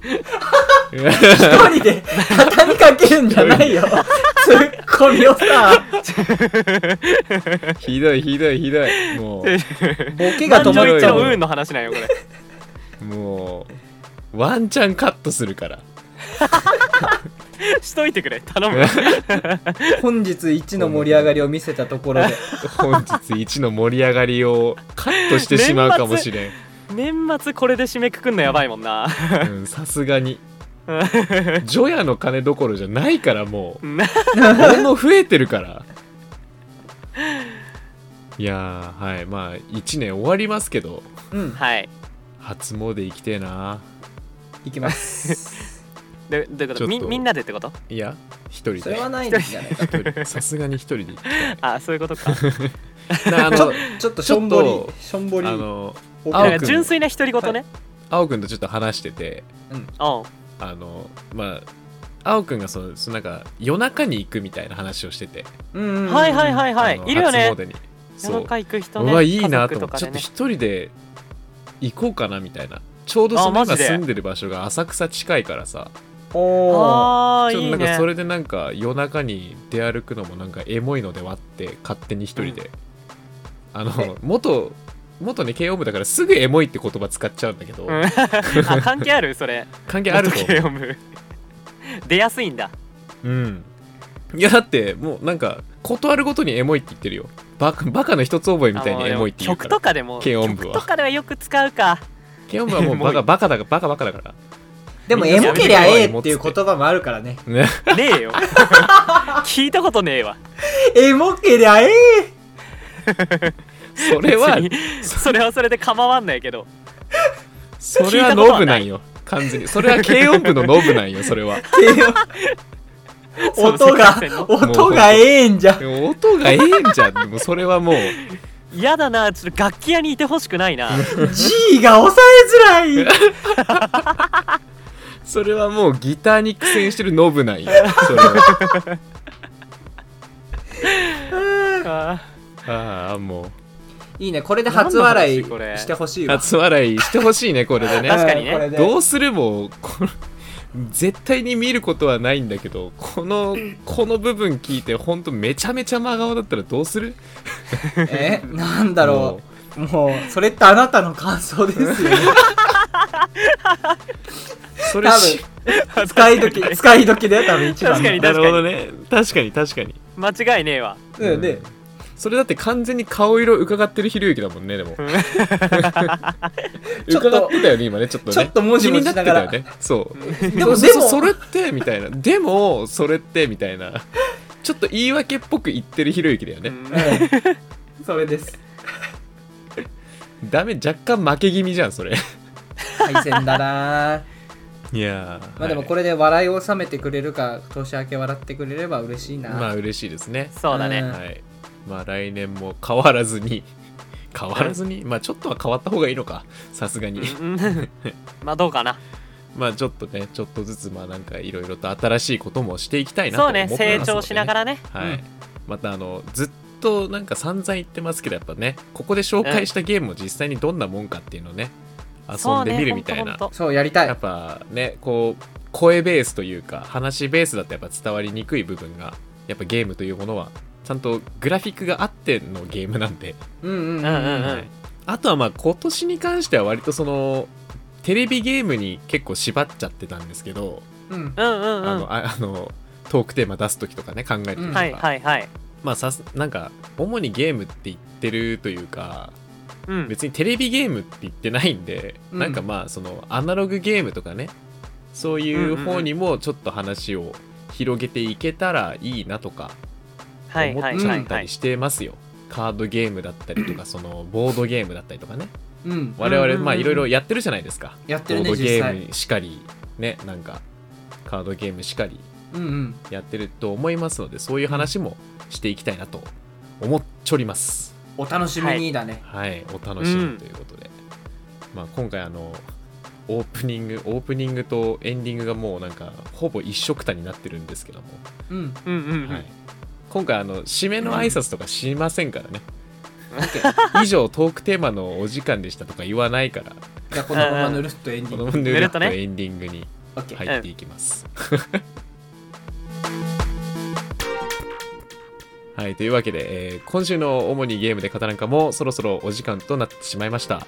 B: 一人で畳みかけるんじゃない
C: [laughs]
B: よツッコミをさ
A: [laughs] ひどいひどいひどいも
B: ボケが止
C: 満場
B: まっ
C: 一
B: ち
C: 致
B: ゃ
C: のう
B: う
C: ーんの話なんよこれ [laughs]
A: うもうワンチャンカットするから [laughs]
C: しといてくれ頼む
B: 本日一の盛り上がりを見せたところ
C: [laughs]
B: で
A: 本日一の盛り上がりをカットしてしまうかもしれん
C: 年末これで締めくくんのやばいもんな [laughs]
A: うんさすがに除夜の鐘どころじゃないから
C: [laughs]
A: もう
C: うん
A: 俺も増えてるからいやーはいまあ1年終わりますけど
B: うん
C: はい
A: 初詣行きてえない
B: き
C: [laughs]
B: ます
C: でどういうこ
A: ちょ
C: と
A: っと
C: みみんなでってこと
A: いや一人で
B: それはないんじゃないか
A: 一人 [laughs] さすがに一人で
C: [laughs]
A: 行って
C: あそういうことか
A: なあ
B: ちょ
A: の
B: ちょっとしょんぼ
A: ちょっ
B: り
A: と
B: しょんぼり
A: あの
B: ボケ
A: 青
C: な
A: くん
C: んか純粋な独り言ね、
A: 青くんとちょっと話してて
C: おう
A: あのまあ青くんがそのそのなんか夜中に行くみたいな話をしてて、
B: うんうんうん
C: はいはいはいはい
A: あの
C: いるよね
A: 初詣に
C: 夜
A: そう
C: 中行く人
A: う
C: ね
A: わいいなと思っ
C: 家族
A: て、
C: か
A: ちょ
C: で
A: っと
C: ね
A: 一人で行こうかなみたいなちょうどそ
C: あ
A: の
C: マ
A: 今
C: ジで
A: 住んでる場所が浅草近いからさ
B: おー
C: ああ
A: ちょっ
C: い
A: と
C: い
A: なんか
C: ね
A: それでなんか夜中に出歩くのもなんかエモいのではって勝手に一人で、あの元元ね慶応部だからすぐエモいって言葉使っちゃうんだけど、
C: うん [laughs] あ関係あるそれ
A: 関係あると
C: 時
A: 思
C: 計
A: う
C: 読む出やすいんだ
A: うんいやだってもうなんか断るごとにエモいって言ってるよバカバカの一つ覚えみたいにエモいって言う
C: 曲
A: か
C: と
A: ら
C: かでも
A: 軽音部は [laughs]
C: 曲とかではよく使うか
A: 慶応部はもうバ
C: エモ
A: カ
C: い
A: バカだからバカバカだから
B: でも
A: みん
B: エ
A: なそ
B: モ
A: ういう
B: けりゃ
A: と
B: ええ
A: ころはエモっ
B: っ
A: つ
B: て
A: っ
B: い
A: て
B: う言葉もあるからね
A: ね
C: ねえよ聞いたことねえわ
B: エモけりゃええ
A: それは
C: [laughs] 別にそれはそれで構わんないけど
A: それはノブなんよ完全にそれは軽音部のノブなんよそれは
B: っていう音が
C: その世界線の
B: 音がええんじゃ
A: でも音がええんじゃんでもそれはもう
C: 嫌だなちょっと楽器屋にいてほしくないな
B: G が抑えづらい
A: それはもうギターに苦戦してるノブなんよそれ
C: [laughs]
A: は
C: あ
A: ああも
B: [laughs] いいねこれで初笑い
C: 何の話これ
B: してほしいうわ
A: 初笑いしてほしいねこれでね
C: 確かにね
B: うんこれで
A: どうするもこの絶対に見ることはないんだけどこ
B: [laughs]
A: のこの部分聞いてほんとめちゃめちゃ真顔だったらどうする
B: えなんだろうもうそれってあなたの感想ですよね
A: うそれ
B: 多
A: し
B: 分使い時使い時だよ多分一番の
C: 確かに
A: なるほどね確かに確かに
C: 間違いねえわ
B: うんで
A: それだって完全に顔色伺ってるひろゆきだもんねでも
B: [laughs] ちょっ
A: [laughs]
B: と
A: 伺ってたよね今ねちょっとね
B: ちょっと文字
A: 気
B: も
A: に
B: し
A: なって
B: な
A: た
B: が
A: よ
B: ら
A: ねそう
B: でも
A: そう
B: でも
A: そそれってみたいなでもそれってみたいなちょっと言い訳っぽく言ってるひろゆきだよね、
C: うん
B: うんそれです
A: ダメ若干負け気味じゃんそれ
B: 敗戦だなぁ
A: いやー
B: まあでもこ
A: れ
B: れで笑いを収めてくれるか年明け笑ってくれれば嬉しいな、
A: まあ嬉しいですね
C: そうだ
B: うん
C: ね
A: はいまあ来年も変わらずに [laughs] 変わらずにまあちょっとは変わった方がいいのかさすがに
C: うんまあどうかな
A: まあちょっとねちょっとずつまあなんかいろいろと新しいこともしていきたいなと
C: そ
A: 思って
C: うね
A: ます
C: 成長しなが
A: ら、
C: らね
A: はい
B: うん
A: またあのずっとなんか散々言ってますけどやっぱねここで紹介したゲームを実際にどんなもんかっていうのをね遊
C: そうんね
A: でみるみたいな、
C: ほんとほんと
B: そうやりた
A: やっ
B: い
A: ぱねこう声ベースというか話ベースだとやっぱ伝わりにくい部分がやっぱゲームというものはちゃんとグラフィックがあってのゲームなんで
B: うんうんうん
C: うんうんうん
A: はいあとはまあ今年に関しては割とそのテレビゲームに結構縛っちゃってたんですけど、
B: うん
C: うんうん
A: あ
C: うん
A: のああ [laughs] のトークテーマ出す時とかね考える時とか、
B: うん
C: はいはいはい
A: まあさすなんか主にゲームって言ってるというか
B: [laughs]
C: うん
A: 別にテレビゲームって言ってないんで、
B: うん
A: なんかまあそのアナログゲームとかねそういう方にもちょっと話を広げていけたらいいなとか
C: はい
A: 思
C: は
A: っ
C: い
A: ち
C: は
A: ゃ
C: い
A: っ
C: は
A: た
C: い
A: りしてますよ。カードゲームだったりとかそのボードゲームだったりとかね
B: うん
A: 我
C: うんうん
A: 々
C: うん
A: まあいろいろやってるじゃないですか
B: やって
A: ボー
B: る
A: ド
B: ね
A: ゲ
B: 実際
A: ームしかりねなんかカードゲームしかり
B: うんうん
A: やってると思いますのでそういう話もしていきたいなと思っちょります
B: お楽しみにだね、
A: はいお楽しみということで、まあ今回あのオープニングオープニングとエンディングがもうなんかほぼ一緒くたになってるんですけども、
B: うん
C: うんうんう
A: はい
C: ん、
A: 今回あの締めの挨拶とかしませんからね、以上トークテーマのお時間でしたとか言わないから
B: じゃあこのままぬるっとエンディ
A: こ
B: ング [laughs]
A: のぬるっと
C: ぬるっとね
A: エンディングに
B: OK
A: 入っていきます。はい、というわけで、えー今週の主にゲームで語らんかもそろそろお時間となってしまいました、
C: は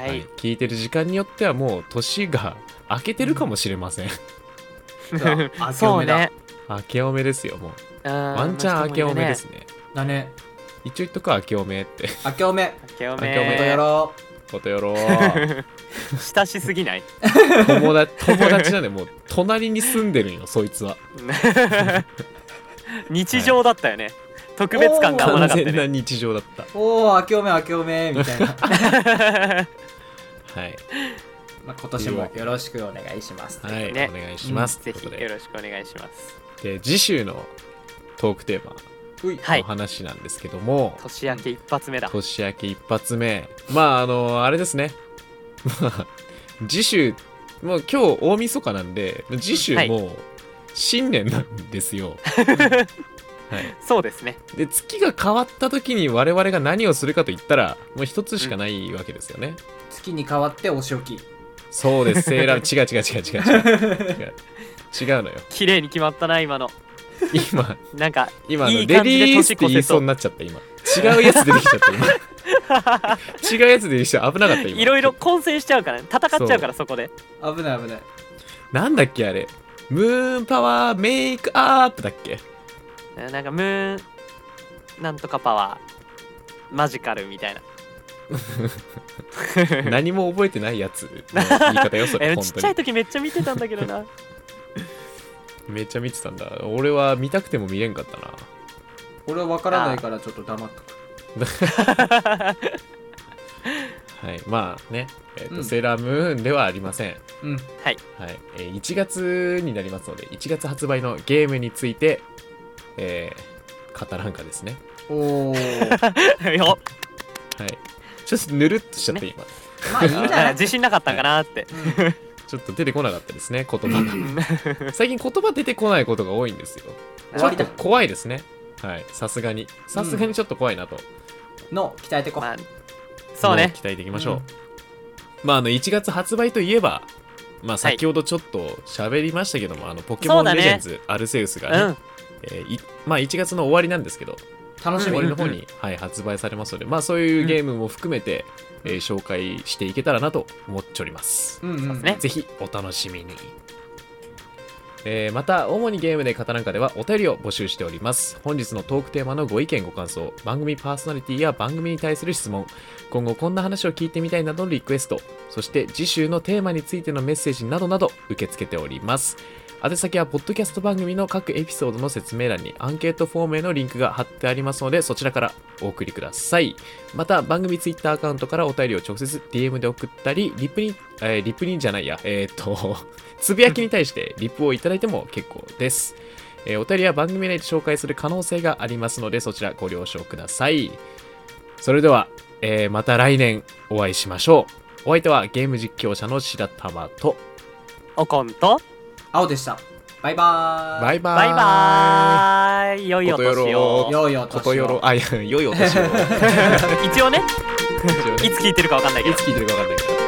A: はいい聞いてる時間によってはもう年が明けてるかもしれません
B: あ
C: そうね
A: 明けおめですよもう
C: ワ
A: ワンチャン明けおめですね
B: だね
A: 一応言っとくわ明けおめって
C: [laughs]
B: 明けおめ
C: 明けお
A: 明けお
B: ま
A: め
B: たや
C: め
B: ろ
A: ことよろ
C: 親しすぎない [laughs]
A: 友達友達なんでもう隣に住んでるんよそいつは
C: 日常だったよね特別感があん
A: 完
C: まなかった
A: 全な
C: ね
A: 日常だった
B: うおお明けおめ明けおめみたいな [laughs]
A: はい、
B: まあ今年もよろしくお願いします
A: はい
C: ね
A: お願いします、
C: ぜ
A: という
C: ひ
A: こと
C: よ
A: で
C: ろしくお願いします
A: で次週のトークテーマ
B: うい
C: はい
A: の話なんですけども、
C: 年明け一発目だ
A: 年明け一発目まああのあれですね [laughs] まあ次週もう今日大晦日なんで次週
C: はい
A: もう新年なんですよ、はい、
C: そうですね
A: で月が変わった時に我々が何をするかと言ったらもう一つしかないわけですよね、
B: 月に変わってお仕置き
A: そうですセー
C: [laughs]
A: ラー違う違う違う違う違う違う違うのよ
C: 綺麗に決まったな今の
A: 今
C: なんか
A: 今あの
C: い
A: レ
C: い
A: デ
C: 感じで
A: ィースって言いそうになっちゃった今違うやつ出てきちゃった
C: [laughs]
A: 今違うやつ出てきちゃった危なかった今
C: いろいろ混戦しちゃうからね戦っちゃうからそこで
B: 危ない危ない
A: なんだっけあれムーンパワーメイクアップだっ
C: [laughs]
A: け
C: なんかムーンなんとかパワーマジカルみたいな
A: 何も覚えてないや
C: [laughs]
A: つの言い方よそれ
C: え
A: 本
C: ちっち
A: 当
C: ゃ
A: に
C: い時めっちゃ見てたんだけどな
A: めっちゃ見てたんだ俺は見たくても見れんかったな
B: 俺は分からないからちょっと黙っとく
A: はいまあね、えーと
B: うん
A: セーラームーンではありません
B: うん
A: はい、えー1月になりますので1月発売のゲームについて、えー語らんかですね
B: おお
C: [laughs] よ
A: はいちょっとぬるっとしちゃって、今
B: まあいいんじゃ
C: [laughs]
B: ない
C: 自信なかったんかなって、
A: ちょっと出てこなかったですね言
C: [laughs]
A: 葉が最近言葉出てこないことが多いんですよ
B: 終
A: ちょ
B: わ
A: っ
B: り
A: と
B: だ
A: 怖いですねはいさすがにさすがにちょっと怖いなと、
B: の鍛えてこ、
C: まあそうね
A: 期待できましょう、まああの1月発売といえばまあ先ほどちょっと喋りましたけども、あのポケモ
C: そ
A: ン
C: うだ
A: レ
C: ね
A: ジェンズアルセウスがね
C: うん
A: えーいまあ1月の終わりなんですけど
B: 楽し
A: 終
B: み
A: わりの方に、はい、発売されますのでまあそういうゲームも含めて、えー紹介していけたらなと思っております、
B: うんうん、
C: ね
A: ぜひお楽しみに。えーまた、主にゲームで語らんかではお便りを募集しております。本日のトークテーマのご意見、ご感想、番組パーソナリティや番組に対する質問、今後こんな話を聞いてみたいなどのリクエスト、そして次週のテーマについてのメッセージなどなど受け付けております。宛先は、ポッドキャスト番組の各エピソードの説明欄にアンケートフォームへのリンクが貼ってありますので、そちらからお送りください。また番組ツイッターアカウントからお便りを直接 DM で送ったりリップに、えーリップにじゃないやえーっと [laughs] つぶやきに対してリップをいただいても結構です、えーお便りは番組内で紹介する可能性がありますのでそちらご了承くださいそれでは、えーまた来年お会いしましょうお相手はゲーム実況者の白玉と
C: おこんと
B: 青でしたバイバーイ
A: バイバー
C: バ
A: イ
C: イバーイ良いお年
A: こと
C: を
A: よ
B: よいよ
A: こ
B: 年
A: とよろあいや良いお年を [laughs] 一応ね
C: 一応ねいつ聞いてるかわかんないけ
A: い
C: ど
A: つ聞いてるか分かんないけど